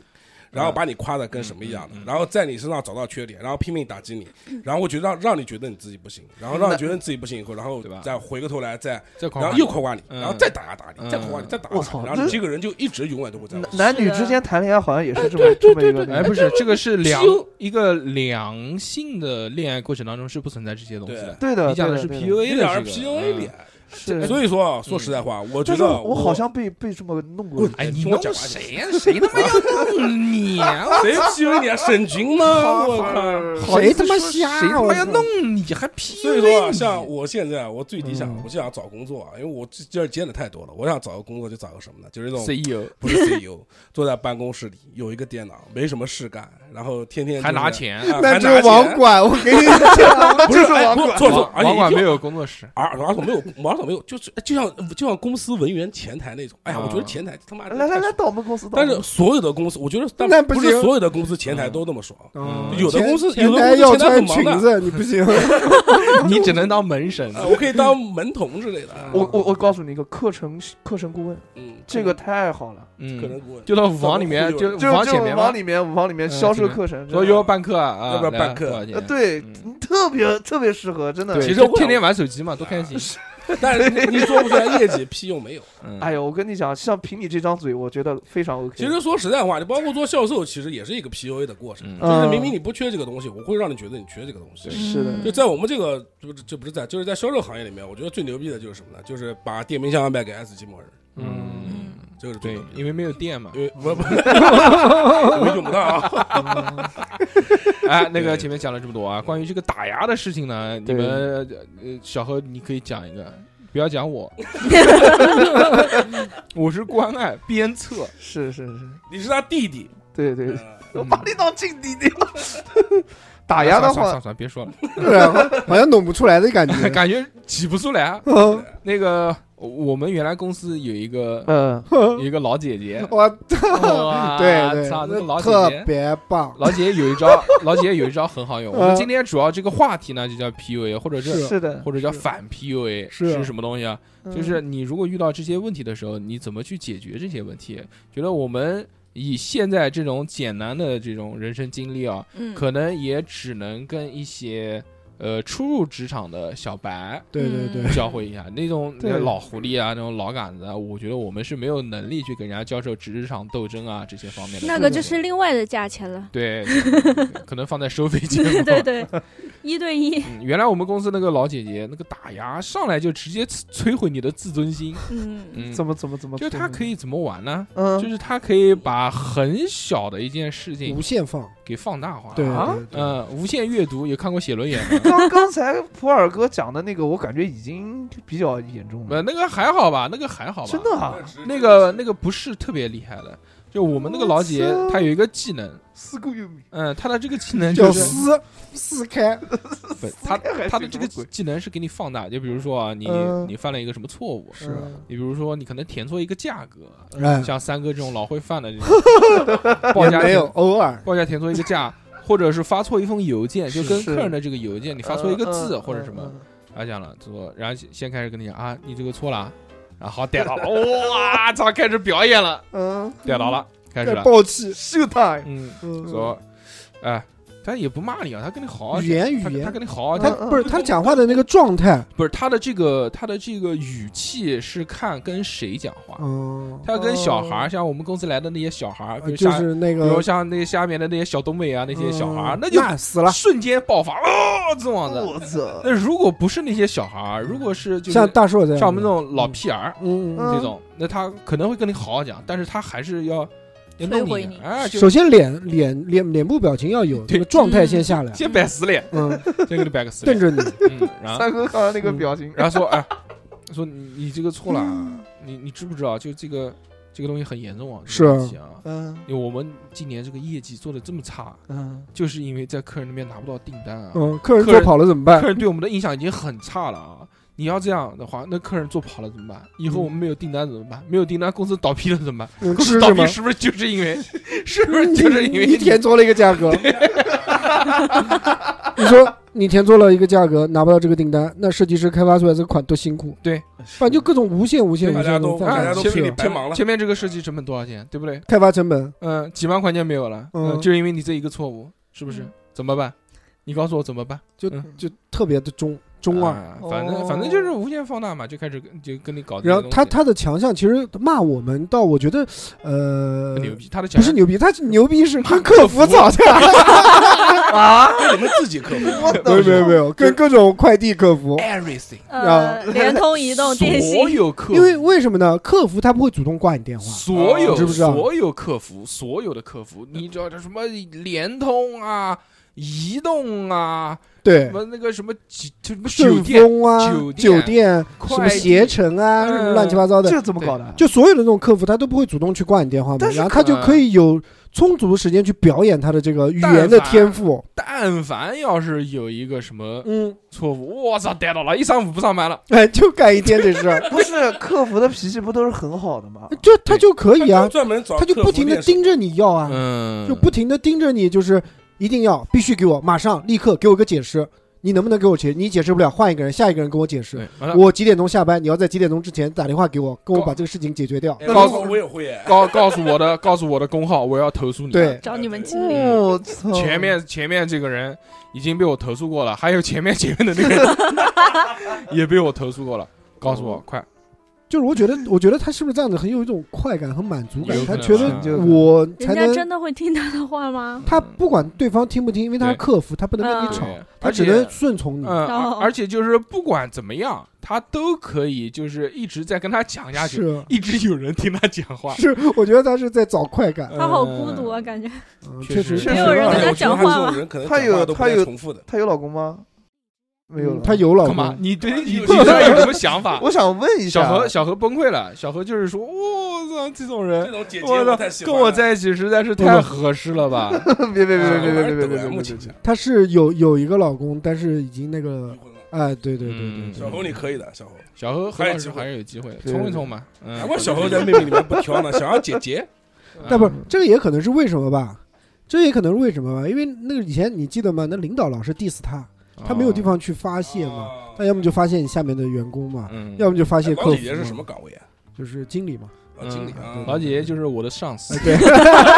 然后把你夸的跟什么一样
嗯
的，然后在你身上找到缺点，然后拼命打击你，然后我觉得让让你觉得你自己不行，然后让你觉得你自己不行以后，然后
对吧
再回过头来再，
再狂
然后
欢
又夸夸你，
嗯
然后再打压打你，
嗯
再夸夸你，再打压
我
打
操
你，然后你这个人就一直永远都会在
男
我心里。
男女之间谈恋爱好像也是这么这么一个那
哎，
个。
不是，这个是良
只有
一个良性的恋爱过程当中是不存在这些东西的。
对哎的，
你讲
对
的
的
是
对的
PUA
你
的
俩人
这个嗯
PUA 脸，，
是
所以说啊，说实在话，我觉
但是
得
我好像被被这么弄过
滚，
哎，你
听我
弄
讲完
谁呀？谁他妈要弄你啊？
谁 PUA 你 啊？沈军吗？我靠！
好意
谁
思
他妈
说
瞎？啊
谁他
我
妈要
操
弄啊你还 P？
所以说啊，像我现在我最理想
嗯，
我就想找工作啊，因为我这这接的太多了，我想找个工作就找个什么呢？就是那种
CEO
不是 CEO，坐 在办公室里有一个电脑，没什么事干，然后天天
还拿
就是，
钱，
啊
那
还
就
拿
是网
钱，
管，我给你讲，
不是
就是
哎
网
不
管。
错错，而且
网
一
管
定
没
要。
有工作室，
而网所没有，网所没有，就是就像就像公司文员前台那种，哎呀，我觉得前台他妈的
啊来来
太
来，
爽
到我们公司，到我
但
们
是所有的公司，我觉得但
那不
不
行
是所有的公司前
啊
台都那么爽，
嗯
有的公司
前
有的公司
台要
前台
穿
很忙啊
裙
的
子，你不 行。
你只能当门神。
啊我可以当门童之类的。啊
嗯我我我告诉你一个课程课程顾问，
嗯，
这个太好了，
可
嗯，
能不会。
就到舞房里面，
就
就舞
就
房
就
前面吧
往。里面往里面
嗯
销售
前面
课程，
说
真的
要办课啊啊，
要不然
来
办课
多少钱
呃对
嗯，
特别特别适合，真的。
对，
其实
就
我
天天玩手机嘛，多开心。
但是你你做不出来业绩，屁用没有。
嗯
哎呦，我跟你讲，像凭你这张嘴，我觉得非常 OK。
其实说实在话，你包括做销售，其实也是一个 PUA 的过程。
嗯
就是
嗯
明明你不缺这个东西，我会让你觉得你缺这个东西。
嗯
是的
就在我们这个，就就不是在，就是在销售行业里面，我觉得最牛逼的就是什么呢？就是把电冰箱卖给爱斯基摩人，
嗯，
这个是最
对
牛，逼的。
因为没有电嘛
因。为不不， 我们用不到 啊。
哎，那个
对
前面讲了这么多啊，关于这个打牙的事情呢，你
对
们呃小何你可以讲一个，不要讲我，我是关爱鞭策，
是是是，
你是他弟弟，
对
嗯
对，对
呃
我把你当亲弟弟了。打
打
压的
算了
话
算，了算了，别说了，
对啊，好像弄不出来的感觉。
感觉挤不出来啊。
嗯，
那个我们原来公司有一个
嗯，
有一个老姐姐
我
啊
哇
对对，
操，那个老姐
特
姐。
别棒。
老姐有一招，老姐有一招很好用。我们
嗯
今天主要这个话题呢，就叫 PUA，或者是
是的，
或者叫反 PUA，
是
是什么东西啊？
嗯
就是你如果遇到这些问题的时候，你怎么去解决这些问题？觉得我们以现在这种简单的这种人生经历啊，
嗯，
可能也只能跟一些呃初入职场的小白
对对对，
嗯
教会一下。那种
对
老狐狸啊，那种老杆子啊，我觉得我们是没有能力去给人家教授职场斗争啊这些方面的。。
那个就是另外的价钱了
对，对对可能放在收费节目。
对 对对，一对一，
嗯原来我们公司那个老姐姐，那个打压上来就直接摧毁你的自尊心。
嗯，
嗯，
怎么怎么怎么，
就是他可
以，
以怎么玩呢？
嗯，
就是他可以把很小的一件事情
无限放，
啊
给放大化。
对
啊
对，对
嗯，无限阅读有看过写轮眼 吗？
刚刚才普尔哥讲的那个，我感觉已经比较严重
呃，
了，
那个还好吧，那个还好吧，
真的啊，
那个那个不是特别厉害的。就我们那个老姐
我，操
她有一个技能，
四顾有米，
嗯，她的这个技能
叫
就是
撕撕开，
不她
还
她
是
的这
什
个
么鬼
技能是给你放大，就比如说啊，你
嗯
你犯了一个什么错误，
是啊
你比如说你可能填错一个价格，
嗯
哎，
像三哥这种老会犯的 这种，报
也
价
没有
填
偶尔，
报价填错一个价，或者是发错一封邮件，就是跟
是
客人的这个邮件你发错一个字
嗯
或者什么，，他讲了，说然后先开始跟你讲啊，你这个错了啊，然后逮到了，哇操，开始表演了，
嗯，
逮到了，开始
在
了，
爆气秀 time，
嗯，
嗯，
说，哎，他也不骂你啊，他跟你好好
语言
他
语
他
言，嗯
跟你好好
他
讲，
不是他讲话的那个状态，
不是他的这个他的这个语气是看跟谁讲话，
嗯，呃
他要跟小孩儿，像我们公司来的那些小孩儿，比如
就
下，比
是那
如
个
像那些下面的那些小东北啊，那些小孩儿，
嗯
那就
死了，
瞬间爆发哦，这样子。
我操，
那如果不是那些小孩儿，如果是就是
像大硕这样的，
像我们这种老屁儿
嗯，嗯，
这种，那他可能会跟你好好讲，但是他还是要要
摧
弄
毁
你
你
的，哎，就
首先脸脸脸脸部表情 要有，
对嗯
这个状态 先下来，
先摆死 脸，
嗯，
先给你摆个死
瞪
脸，
着你，
嗯，然后
三哥刚才那个表情，
然后说，哎，说你你这个错了啊，你你知不知道？就这个这个东西很严重啊，这个
是
问题啊，
嗯
因为我们今年这个业绩做的这么差，
嗯，
就是因为在客人那边拿不到订单啊。
嗯，客人
客
做
人
跑了怎么
客
办？
人对我们的印象已经很差了啊！你要这样的话，那客人做跑了怎么办？以后我们没有订单怎么办？没有订单，公司倒闭了怎么办？
嗯
公司
吃
倒
什
闭
么？
是不是就是因为，是不是 就是因为
你填错了一 个价格，你说你填错了一个价格，拿不到这个订单，那设计师开发出来这个款多辛苦，
对，
反正就各种无限无限
大
无
家
限
都
的
大家
放大，
都拼
是
你
的
白忙了，
前面这个设计成本多少钱，对不对？
开发成本，
嗯，几万块钱没有了，嗯，
嗯
就因为你这一个错误，是不是
嗯？
怎么办？你告诉我怎么办？
就
嗯
就特别的中中二。
啊，反正
哦
反正就是无限放大嘛，就开始跟就跟你搞这些
然
东西。
后他他的强项其实骂我们，到我觉得，呃
很，牛逼，他的
不
强
是
项
牛 逼，他牛逼是跟客服吵架，
跟你们自己客服。
没有没有没有，跟各种快递客服，
everything，
呃，联通、移动、电
所
信，
有客服，
因为为什么呢？客服他不会主动挂你电话，
所有、
你哦知不知道
所有客服，所有的客服，你知道这什么联通啊、移动啊，
对
什，么那个什么酒什么酒
顺
店，
丰啊
酒、店
酒店、什
快
么
递
携程啊，
嗯
什么乱七八糟的，
这怎么搞的？
就所有的那种客服，他都不会主动去挂你电话嘛，
但是
然后他就可以有充足的时间去表演他的这个语言的天赋。
但凡要是有一个什么
嗯，
错误，我操，逮到了，一上午不上班了，
哎，就干一天这 事儿，
不是客服的脾气不都是很好的吗？
就他就可
他
以
就
啊，
专门找
他就
客
不
服
停的
练手
盯着你要啊，
嗯，
就不停的盯着你，就是一定要必须给我马上立刻给我个解释，你能不能给我解？你解释不了，换一个人，下一个人跟我解释。
对，完了，
我几点钟下班？你要在几点钟之前打电话给我，跟我
告
把这个事情解决掉。
那
告
我我也会哎，
告告诉我的告诉我的工号，我要投诉你。
对，
找你们经理。
我操！
哦
前面前面这个人已经被我投诉过了，还有前面前面的那个人 也被我投诉过了。告诉我，
哦
快！
就是我觉得，我觉得他是不是这样子，很有一种快感和满足感
有，可
他
能
觉
是
得
就
我
人家
才能，
真的会听他的话吗？
他不管对方听不听，因为他是
对
客服，他不能跟
嗯
你吵，
对
他只能顺从你。
嗯，
然
而
后
而且就是不管怎么样，他都可以就是一直在跟他讲下去，
是啊
一直有人听他讲话。
是，我觉得他是在找快感，
他好孤独啊，感觉。
嗯
确
确
实
实
没
确
有人跟他
实
哎我觉得
讲
还是
话
这种
吗
人可能
他
讲话
有
都不
他
带
有
重复的。
她有老公吗？没有了。
他有老
嗯干嘛？
公，
你对你
有
对他有什么想 法？
我想问一
小
下，
何小何崩溃了，小何就是说，我操，这种
这
人，
种姐姐
我
我
操
太喜，欢
跟我
了，
在一起实在是
不不
太合适了 吧？
别别别别
我
别
还是
别别
抖
别
M
别
倾！向
他是有有一个老公，但是已经那个
离，婚了。
哎，对对对对
嗯
小
对，
侯你可以的，小侯，
小何何
还有
老
机
师
会
还是有机会的，
对哎
冲一冲吧。
难
嗯，
怪小侯在妹妹里面不挑呢，想要姐姐。
但不是这个也可能是为什么吧？这也可能是为什么吧？因为那个以前你记得吗？那领导老是 diss 他，
嗯
他没有地方去发泄嘛，
哦
他要么就发泄你下面的员工嘛，
嗯，
要么就发泄
哎
客
老
服
姐姐是什么
嘛，
岗位啊？
就是经理嘛。
哦，经理啊
嗯，老姐姐就是我的上司，
哎对，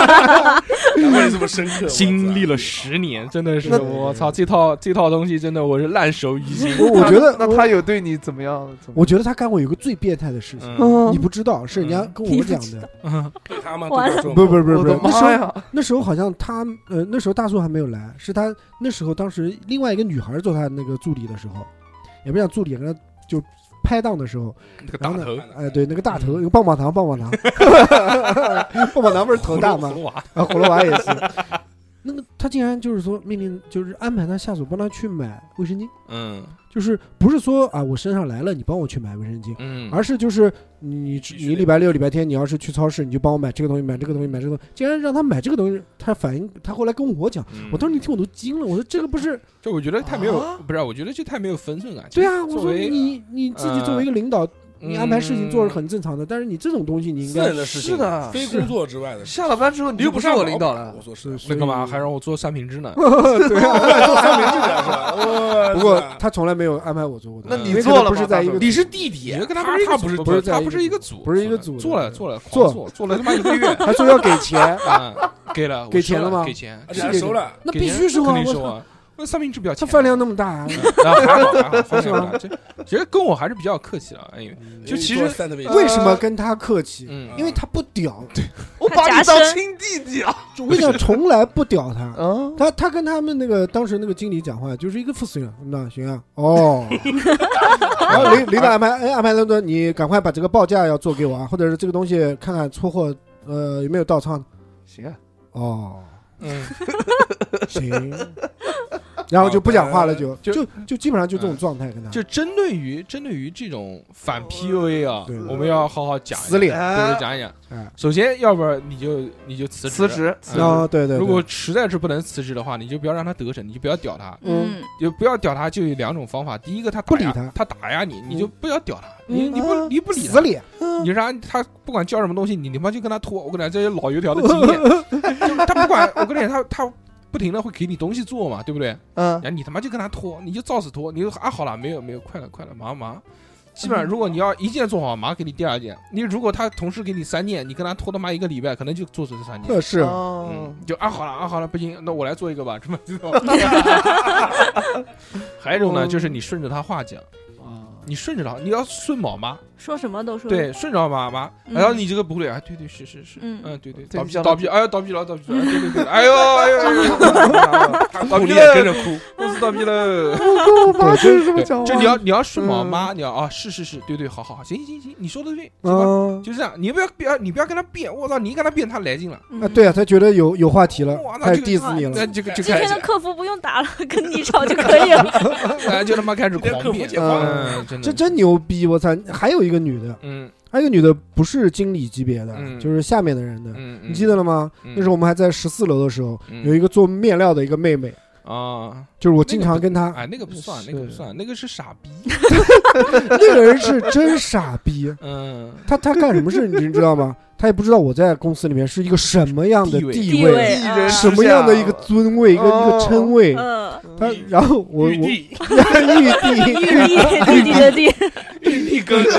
难怪你这么深刻。我操
经历了十年，真的是
那
我操，这套这套东西真的我是烂熟于心。
我我觉得
那他有对你怎么样？怎么
我觉得他干过有个最变态的事情，
嗯
你不知道是人
嗯
家跟我
你
们
不
讲
知
的，
对他吗？
完了
对他说
嗯
吗
不是不是不是
我
不是，那
的
时
妈
候
呀！
那时候好像他呃那时候大叔还没有来，是他那时候当时另外一个女孩做他那个助理的时候，也不讲助理，跟他就拍档的时候，
那个
然
大
后呢
头，嗯
哎对那个大头，那个棒棒糖棒棒糖， 棒棒糖不是头大吗
葫芦？娃，
啊，葫芦娃也是。那个他竟然就是说命令，就是安排他下属帮他去买卫生巾，
嗯
就是不是说啊我身上来了你帮我去买卫生巾，
嗯，
而是就是你
须
你
得
礼拜六礼拜天你要是去超市，你就帮我买这个东西，买这个东西，买这个东西，竟然让他买这个东西，他反应他后来跟我讲，
嗯
我当时听我都惊了，我说这个不是
就我觉得太没有
啊，
不是，我觉得这太没有分寸感。
对啊，
其
我
实作
说
为呃嗯
你你自己作为一个领导，你安排事情做是很正常的，但是你这种东西你应
私
该
人的事情，
是的
非工作之外的事。
下了班之后你
你又
不
不
是
上
我
班
领导了
我，说是，
那干嘛还让我做三明治呢？
啊 不过他从来没有安排我做过的。
那你
因为可
做
能
了
不是
吗
在
大
一
手
个
你是弟弟，跟他
他
他
不
不
是
是
不是在
他
一个
不是一个组，
不是一个组的
做了做了
做
狂做做了他妈一个月
，他说要给钱，
啊，给了我
给钱
收
了吗啊
给钱，
而且还收了，
那
给
必
钱
须收
肯
啊！
定
我
收
操，
啊。那三明治比较
他
钱
饭量那么大啊，
啊，还好还好， 饭量不大这其实跟我还是比较客气了，因为
嗯
就其实
三特别
为什么跟他客气？
嗯，
因为他不屌，
我
他
把
夹
你当
生
亲弟弟啊！
我跟你讲，从来不屌他。
啊，
他他跟他们那个当时那个经理讲话，就是一个副司令，那行啊， 哦， 然后领领导安排，哎，安排他说你赶快把这个报价要做给我啊，或者是这个东西看看出货，呃，有没有到仓？
行啊，
哦，
嗯，
行， 然后就不讲话了，就
就嗯
就就基本上就这种状态跟他
就针对于针对于这种反 PUA 啊
对，
我们要好好讲一
死
讲，
脸，
对
哎
对，讲一讲
哎。
首先，要不然你就你就辞
辞职，
嗯
哦，对对，对
如果实在是不能辞职的话，你就不要让他得逞，你就不要屌他，
嗯
嗯，
就不要屌他，就有两种方法。第一个，他
不
打压
理他
他打压你，你就不要屌他，
嗯
你你不
嗯
你不理
死
他，
脸，
你让他他不管叫什么东西，你他妈就跟他拖。我跟你讲，这些老油条的经验，就他不管，我跟你讲，他他。不停的会给你东西做嘛，对不对？
嗯
然后你他妈就跟他拖，你就照死拖，你就啊好了，没有没有，快了快了，忙忙。基本上如果你要一件做好，马上给你第二件。你如果他同时给你三件，你跟他拖他妈一个礼拜，可能就做出这三件。
这是
哦
嗯，，就啊好了啊好了，不行，那我来做一个吧，这么这种。还有一种呢，就是你顺着他话讲，你顺着他，你要顺毛妈，
说什么都说
对，顺着毛妈。
嗯
然后你这个不对啊，对对是是是，
嗯
嗯对对，
对
倒
比较
闭倒闭，哎呀倒闭了倒闭了，哎对对对，哎呦哎呦哎呦哎呦，哎呦倒闭了，
哭，
公司倒闭了。
我妈就是这么讲话，
就你要你要顺毛妈，你要啊是是是，对对，好好好，行行行，你说的对，是吧
嗯
就这样，你不要不要你不要跟他辩，我操，你一跟他辩他来劲了，
嗯
啊，对啊，他觉得有有话题了
哇，那
开始
这
diss 你
那
了，
这个就
今
开
天
始
的，客服不用打了，跟你吵就可以了。
哎就他妈开始狂
今天客服
辩，
解
放
嗯，真的，
这真牛逼！我操，还有一个女的，
嗯
还有一个女的不是经理级别的，
嗯
就是下面的人的，
嗯，嗯
你记得了吗？
嗯
那时候我们还在十四楼的时候，
嗯
有一个做面料的一个妹妹，
啊，
就是我经常跟她，
哎，那个不算，那个不
是
算，那个是傻逼，
那个人是真傻逼，
嗯，
她她干什么事你知 道吗？她也不知道我在公司里面是一个什么样的
地位
地
地位
一人
啊
什么样的一
嗯
个尊位，一个一
哦
个称谓。
嗯，
她然后我我玉帝
地，
玉帝玉帝的帝，
玉帝哥哥，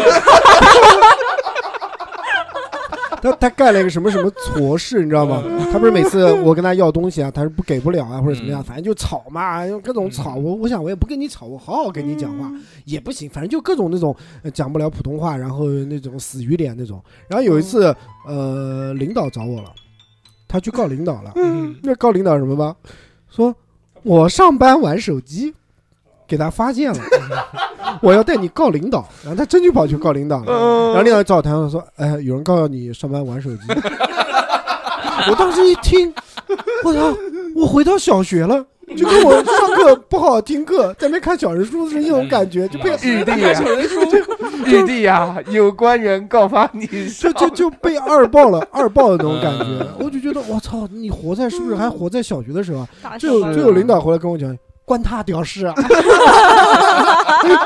他他干了一个什么什么错事，你知道吗？他不是每次我跟他要东西啊，他是不给不了啊，或者怎么样，
嗯
反正就吵嘛，各种吵。
嗯
我我想我也不跟你吵，我好好跟你讲话也不行，反正就各种那种呃讲不了普通话，然后那种死鱼脸那种。然后有一次，呃，领导找我了，他去告领导了。
嗯
那告领导什么吧？说我上班玩手机，给他发现了， 我要带你告领导。然后他真就跑去告领导了。然后领导找我谈话说：“哎，有人告诉你上班玩手机。” 我当时一听，我操！我回到小学了，就跟我上课不好好听课，在那边看小人书是一种感觉，就被
玉帝
啊
呀，玉帝呀，有官员告发你，
就就就被二爆了，二爆的那种感觉
嗯。
我就觉得我操，你活在是不是还活在小学的时候啊？
打
就有
手
就
吧
有领导回来跟我讲，关他屌事啊！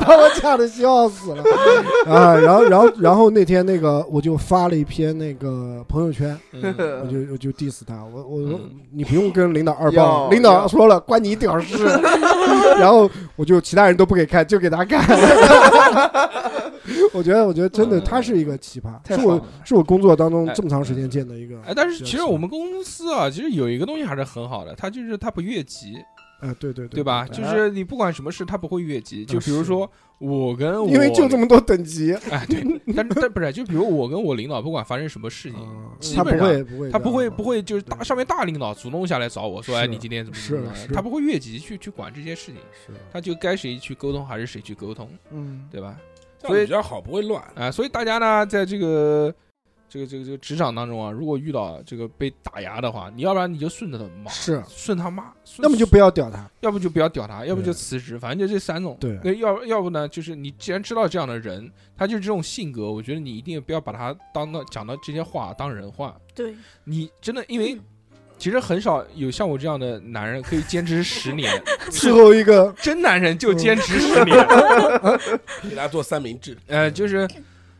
把我吓得笑死了啊！然后，然后，然后那天那个我就发了一篇那个朋友圈，
嗯
我就我就 diss 他，我我说
嗯
你不用跟领导二
要
爆，领导
要
说了关你屌事，然后我就其他人都不给看，就给他看。 我觉得，我觉得真的
嗯
他是一个奇葩，
太
是我
爽了
是我工作当中
哎
这么长时间见的一个。
哎，但是其实
是
我们公司啊，其实有一个东西还是很好的，它就是它不越级，
啊，对对对，嗯
对吧？就是你不管什么事，它不会越级。就比如说我跟我，
因为就这么多等级，
哎， 对，但是但不是，就比如我跟我领导，不管发生什么事情，嗯基
呃他不
本上
会不会这样的，
他不会不会就是大
嗯对
上面大领导主动下来找我说，
是
哎，你今天怎么怎么
是
样
是？
他不会越级去去管这些事情，
是
他就该谁去沟通还是谁去沟通，
嗯，
对吧？
这样比较好，不会乱。
啊、所以大家呢，在这个这个这个这个职场当中啊，如果遇到这个被打压的话，你要不然你就顺着他骂，
是，
顺他骂，顺
那么就不啊要屌他，
要不就不要屌他，要不就
对
辞职，反正就这三种。
对
那要要不呢，就是你既然知道这样的人，他就是这种性格，我觉得你一定不要把他当到讲到这些话当人话，
对，
你真的因为。其实很少有像我这样的男人可以坚持十 年，
伺候一个嗯
真男人就坚持十年。
给大家做三明治，
呃，就是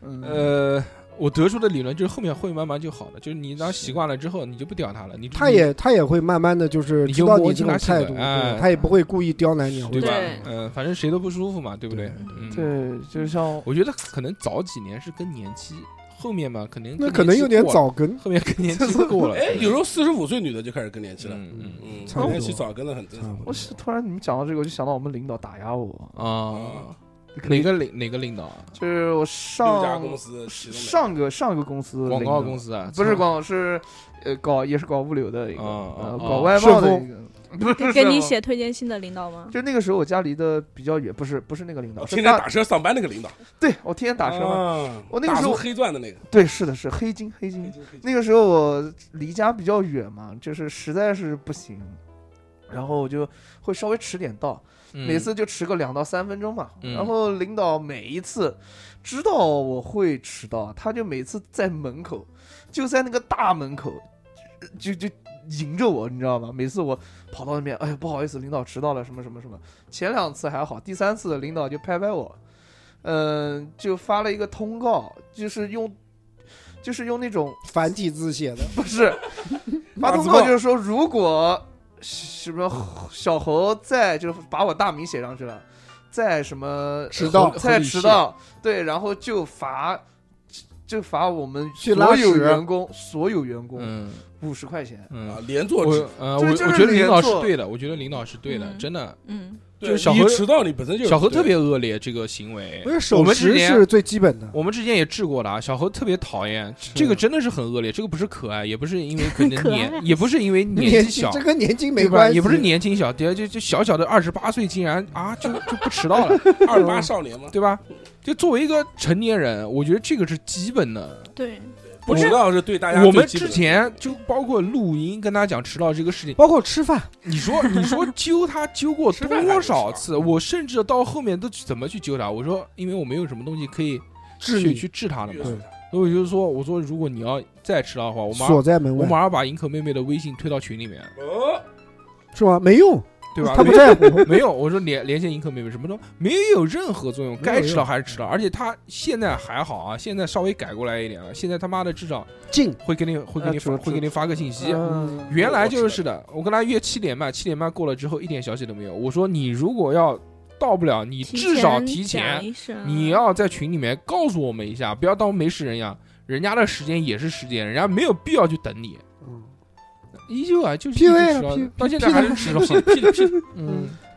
嗯
呃，我得出的理论就是后面会慢慢就好了，就是你当习惯了之后，你就不屌他了，你
他也他也会慢慢的就是
你
知
就
道
摸
你
清
这
他
种
性格
态度，
哎
对他也不会故意刁难你，
对吧
或者？
嗯，反正谁都不舒服嘛，对不对？嗯，
对，就像
我觉得可能早几年是更年期，后面嘛，可能
那
更
可能
年
有
期
点
过了，
早跟，
后面更年期过了。
哎，有时候四十五岁女的就开始更年期了，
嗯
嗯，
差不多
更年期早跟的很正常。
我是突然你们讲到这个，我就想到我们领导打压我，
嗯啊，
啊，
哪个领哪个领导啊？
就是我
六家
上
公司其中
上个上个公司
广
领
告
导
公司啊？
不是
操
广告是呃搞也是搞物流
啊
的一个，
哦哦
呃
哦
搞外贸的
顺
一个，不是
给给你
顺丰。
写推荐信的领导吗？
就那个时候我家离得比较远，不是不是那个领导，
我
是
天天
大
打啊车上班那个领导，
对我天天打车嘛，
嘛
我那个时候
黑钻的那个，
对是的是黑金黑金，那个时候我离家比较远嘛，就是实在是不行，然后我就会稍微迟点到，每次就迟个两到三分钟嘛。
嗯
然后领导每一次知道我会迟到，他就每次在门口，就在那个大门口，就就。迎着我，你知道吗？每次我跑到那边，哎呀，不好意思，领导迟到了，什么什么什么。前两次还好，第三次领导就拍拍我，嗯、就发了一个通告，就是用，就是用那种
繁体字写的，
不是，发通告就是说，如果什么小猴再就是把我大名写上去了，再什么
迟到
再迟到，对，然后就罚就罚我们
去拉
所有
屎
员工所有员工
嗯
五十块钱。
嗯
啊，，连坐制
我呃，我
就
我
就是
觉得领导
连坐
是对的，我觉得领导是对的，
嗯
真的。
嗯，
对
就是小
你
何
迟到，你本身就是
小何
对
特别恶劣，这个行为
不，是
我
守
们之
时
前
是最基本的。
我们之前也治过了啊。小何特别讨厌，这个真的是很恶劣，这个不是可爱，也不是因为可能
可爱
年，也不是因为
年
年纪
轻
小
这，跟年轻没
对吧
关系，
也不是年轻小，对，就就小小的二十八岁，竟然啊就就不迟到了，
二十八少年嘛，
对吧？就作为一个成年人，我觉得这个是基本的。
对，
不迟到是对大家
我
最
们
基本
之
的
前就包括录音跟他讲迟到这个事情，
包括吃饭，
你说，你说揪他揪过
吃饭还
多
是
少
吃
次？我甚至到后面都怎么去揪他？我说，因为我没有什么东西可以
治
去
理
去治他了
约
嘛。
束
对
他
所以我就说，我说如果你要再迟到的话，我马
锁在门
我
外
马上把营口妹妹的微信推到群里面，
哦，
是吧？没用，
对吧？
他不在乎。
没有，我说连连线迎客妹妹什么都没有任何作用，该迟到还是迟到，而且他现在还好啊，现在稍微改过来一点了，现在他妈的至少
进
会给你会给你
啊
发
是
会给你发个信息。
嗯，
原来就是的，呃我跟他约七点半，七点半过了之后一点消息都没有。我说你如果要到不了，你至少提
讲
前，
一声，
你要在群里面告诉我们一下，不要当没事人一样，人家的时间也是时间，人家没有必要去等你。
嗯
依旧啊，就是
P
一直
V
迟到
了，P
到现在还是迟到。
屁的屁的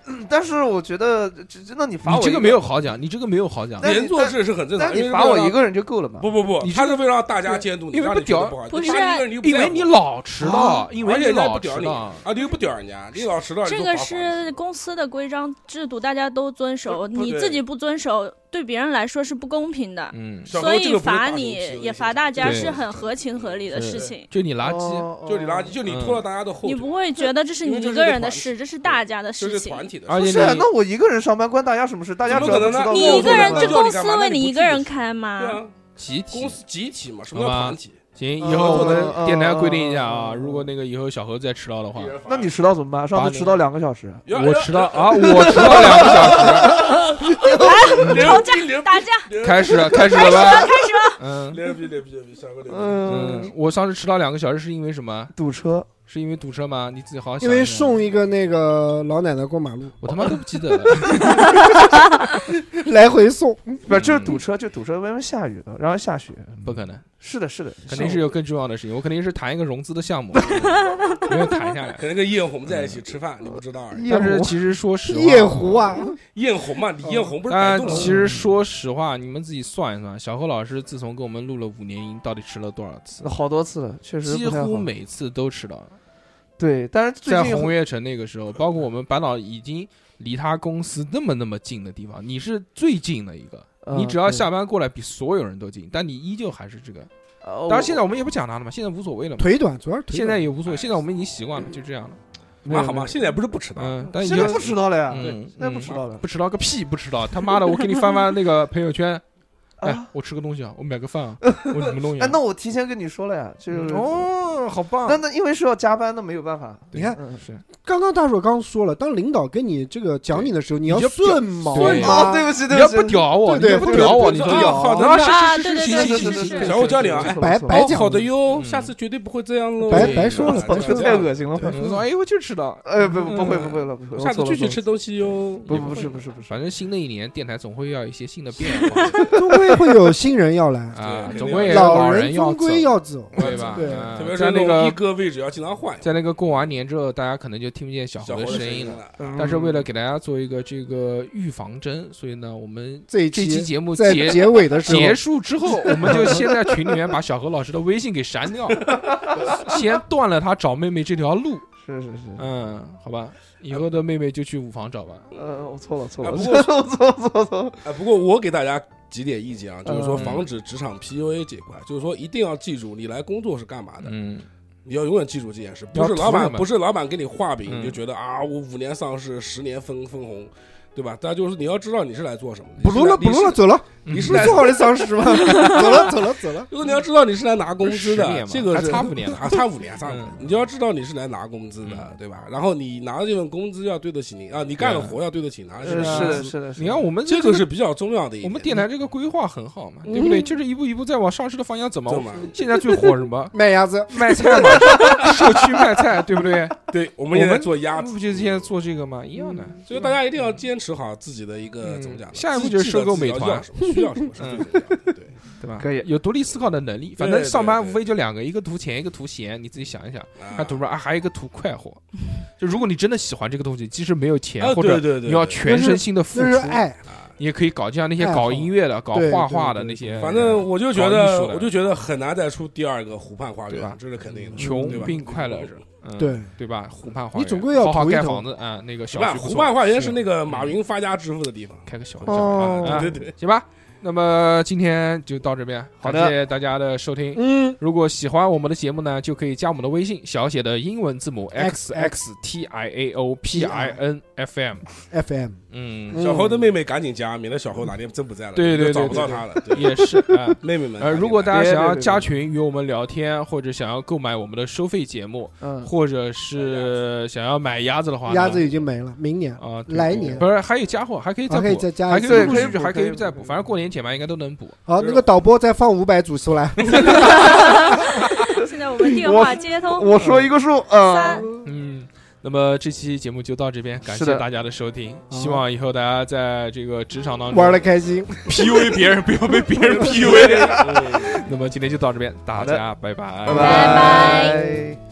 嗯，
但是我觉得这真的你罚
你
我
这
一
个没，有好讲，你这个没有好讲。
那你
连坐制是很正
但
常，因
你
为
罚我一
个。
个人就够了嘛。
不不不
你，
他是为了让大家监督你，
因为
让
不
你觉得
屌
好
不
你
是
罚一个人你又不
因
在
为
乎
你老迟到，因为
而
你
且人家
老
不
迟
屌你
到。
啊，你又不屌人家，你老迟到，
这
你都
个
罚款
是公司的规章制度，大家都遵守，
不不
你
对
自己不遵守，对别人来说是不公平的。
嗯，
小
所
何这
以
个不是
罚
打
你
游戏
也罚大家
对
是很合情合理的事情。
就你垃圾，
哦
就是你垃圾，就你
嗯
拖了大家的后
你
腿，
不会觉得这是你一个人的事，这是大家的
这
事
是
情。
团体的
而
事。
不
且
是，啊那我一个人上班关大家什么事？大家
怎
只
么
要
可能
知
呢
道
你
你一个人，
那
这公
那
司
你干嘛
为你一个人开
对
吗？
啊，
集体
公司集体嘛，什么
好
叫
吧
团体？
行，
嗯
以后我们电台规定一下啊，
嗯嗯嗯
如果那个以后小何再迟到的话，
那你迟到怎么办？上次迟到两个小时，
我迟到啊，我迟到两个小
吵架打架，
时，开始了，开始了吧？开始了。嗯
牛逼牛逼牛逼，小哥牛逼！
嗯
嗯，，我上次迟到两个小时是因为什么？
堵车，
是因为堵车吗？你自己好好想
因
一想。
为送一个那个老奶奶过马路，
我他妈都不记得了。
来
啊
回送，
不是就是堵车，就堵车，因为下雨了，然后下雪。
不可能，
是的，是的，
肯定是有更重要的事情。我肯定是谈一个融资的项目，没有谈下来。
可能跟艳红在一起吃饭，你不知道而已。
夜
但是
壶，
其实说实话，
夜壶啊，
艳红嘛，李艳红不是摆
但
动
其实说实话，你们自己算一算，小何老师自从跟我们录了五年音，到底迟了多少次？
好多次了，确实
几
不太好
乎每次都迟到，
对，但是最
在
近
红悦城那个时候，包括我们班导已经离他公司那么那么近的地方，你是最近的一个，
呃
你只要
对
下班过来比所有人都近，但你依旧还是这个。
呃
当然
我
现在我们也不讲他了嘛，现在无所谓了嘛，
腿短，主要是腿短。
现在也无所谓，现在我们已经习惯了，就这样了。
没有
啊，好吧，现在不是不迟到，
嗯，但
现
以
在
后
不迟到了呀，
嗯，
现在不
嗯
迟到了
不迟到个屁，不迟到！他妈的，我给你翻翻那个朋友圈，哎
啊，。
我吃个东西啊，我买个饭啊，我什么东西啊？
哎，那我提前跟你说了呀，就是
哦，嗯，好棒
那那因为是要加班，那没有办法。
你看，
嗯，
是
刚刚大硕刚说了，当领导跟你这个讲你的时候，你要
你就
顺毛
对
啊
哦，对不起，
你
对
要
不起，
不屌我，
对对
你要不屌我，你说
不屌
好的
啊
啊，是
对
是
对
是
对
是
对
是
对
是是，
对
小五教练啊
不错
白
不错
白
哦，
讲
好的哟，
嗯
下次绝对不会这样喽。
白
对
白说了，
对
白说了。
对
太恶心了。
对我说哎，我就知道，
哎，不不会不会了，不会了，
下次
我错了
继续吃。东西哟。
不不不是不是不是，
反正新的一年电台总会要一些新的变化
终归会有新人要 来，
啊，
对
总归有
老
人
人终
走，
归要走，
对吧？
对
啊
特别
在
是
那
那
个
一哥位置要经常换，
在那个过完年之后，大家可能就听不见小
小
猴
猴
的
的
声音
音
了。
了。
嗯
但是为了给大家做一个这个预防针，所以呢，我们
这一
这期节目
在
结
结尾的时候，
结束之后， 我们就先在群里面把小何老师的微信给删掉，先断了他找妹妹这条路。
是是是，
嗯，好吧，以后的妹妹就去五房找吧。
呃，我错了错
啊，
了，我
不 过
错了错了错了。
哎，不过我给大家几点意见啊，就是说
嗯
防止职场 PUA 这一块，就是说一定要记住你来工作是干嘛的，
嗯，
你要永远记住这件事，
要
不是老
图什
板
么
不是老板给你画饼，
嗯
你就觉得啊我五年上市，十年分分红，对吧？但就是你要知道你是来做什么的，
不录了，
你
不
是来
录了，。走了，
你是
不是
来
做好了丧尸吗？走了，走了，走了。
就是你要知道你是来拿工资
十
的
年，嘛
这个
还
是
差五年呢
还差五年，差五年
嗯。
你就要知道你是来拿工资的
嗯，
对吧？然后你拿的这份工资要对得起你啊，你干的活要对得起拿
呃？
的
是
这份工
的，
资，
是的，是
你
的
看我们
这
个
个是比较重要的一
我
点。
们电台这个规划很好嘛，对不对？就是一步一步在往上市的方向嗯走嘛
懂。吗？
现在最火什么
卖鸭子，
卖菜嘛，社区卖菜，对不对？
对，我们也在做鸭子嗯
不，就是现在做这个嘛，一样的。
所以大家一定要坚持好自己的一个
嗯
怎么讲呢？
下一步就是收购美团
自己知道自己要什么需要什么是最重要的。对，
对吧？
可以
有独立思考的能力。反
对
正
对
上班
对
无非就两个，一个图钱，一个图闲。你自己想一想，
啊
看图什么啊，还有一个图快活。就如果你真的喜欢这个东西，即使没有钱
啊
或
对
者
对
你
对，
要
对
全身心的付
那是哎
出，
爱，
你也可以搞这样那些
爱好
搞音乐的、搞
对
画
对
画
对
的那些。
反正我就觉
搞艺术
得，
的
我就觉得很难再出第二个湖畔花
对吧
园，这是肯定的。
穷
对吧
并快乐着，嗯
对
对吧？湖畔花园，
你总归要
好好
投一
盖
投
房子啊，那个小
湖畔
区不错
湖畔花园是那个马云发家致富的地方。
开个小
哦
啊
对对对，
行吧，那么今天就到这边，
好的
感谢大家的收听。
嗯，
如果喜欢我们的节目呢，就可以加我们的微信，小写的英文字母 x
XX
x t i a o p i n f m。
FM，
嗯，
嗯
小猴的妹妹赶紧加，免得小猴哪天真不在了，
对对对
就找不到她了。对
也是啊。
妹妹们赶
呃，
紧来，
如果大家
别
想要
别别
加群与我们聊天，或者想要购买我们的收费节目，
嗯，
或者是想要买鸭子的话呢，
鸭子已经没了，明年
啊，对
来
补
年
不是还有加货，还可以再
还可以
补，
再加
还
一
可
次
以陆
对
续
可以补
还可以
可以补
再
可
补，
以
反正过年前吧应该都能补。
好，那个导播再放五百组出来，
现在我们电话接通
我说一个数，嗯
三，，
嗯，那么这期节目就到这边，感
是
谢
的
大家的收听，
好
希望以后大家在这个职场当中
玩的开心，
PUA 别人，不要被别人 PUA。那么今天就到这边，大
好的
家拜拜，
拜
拜拜。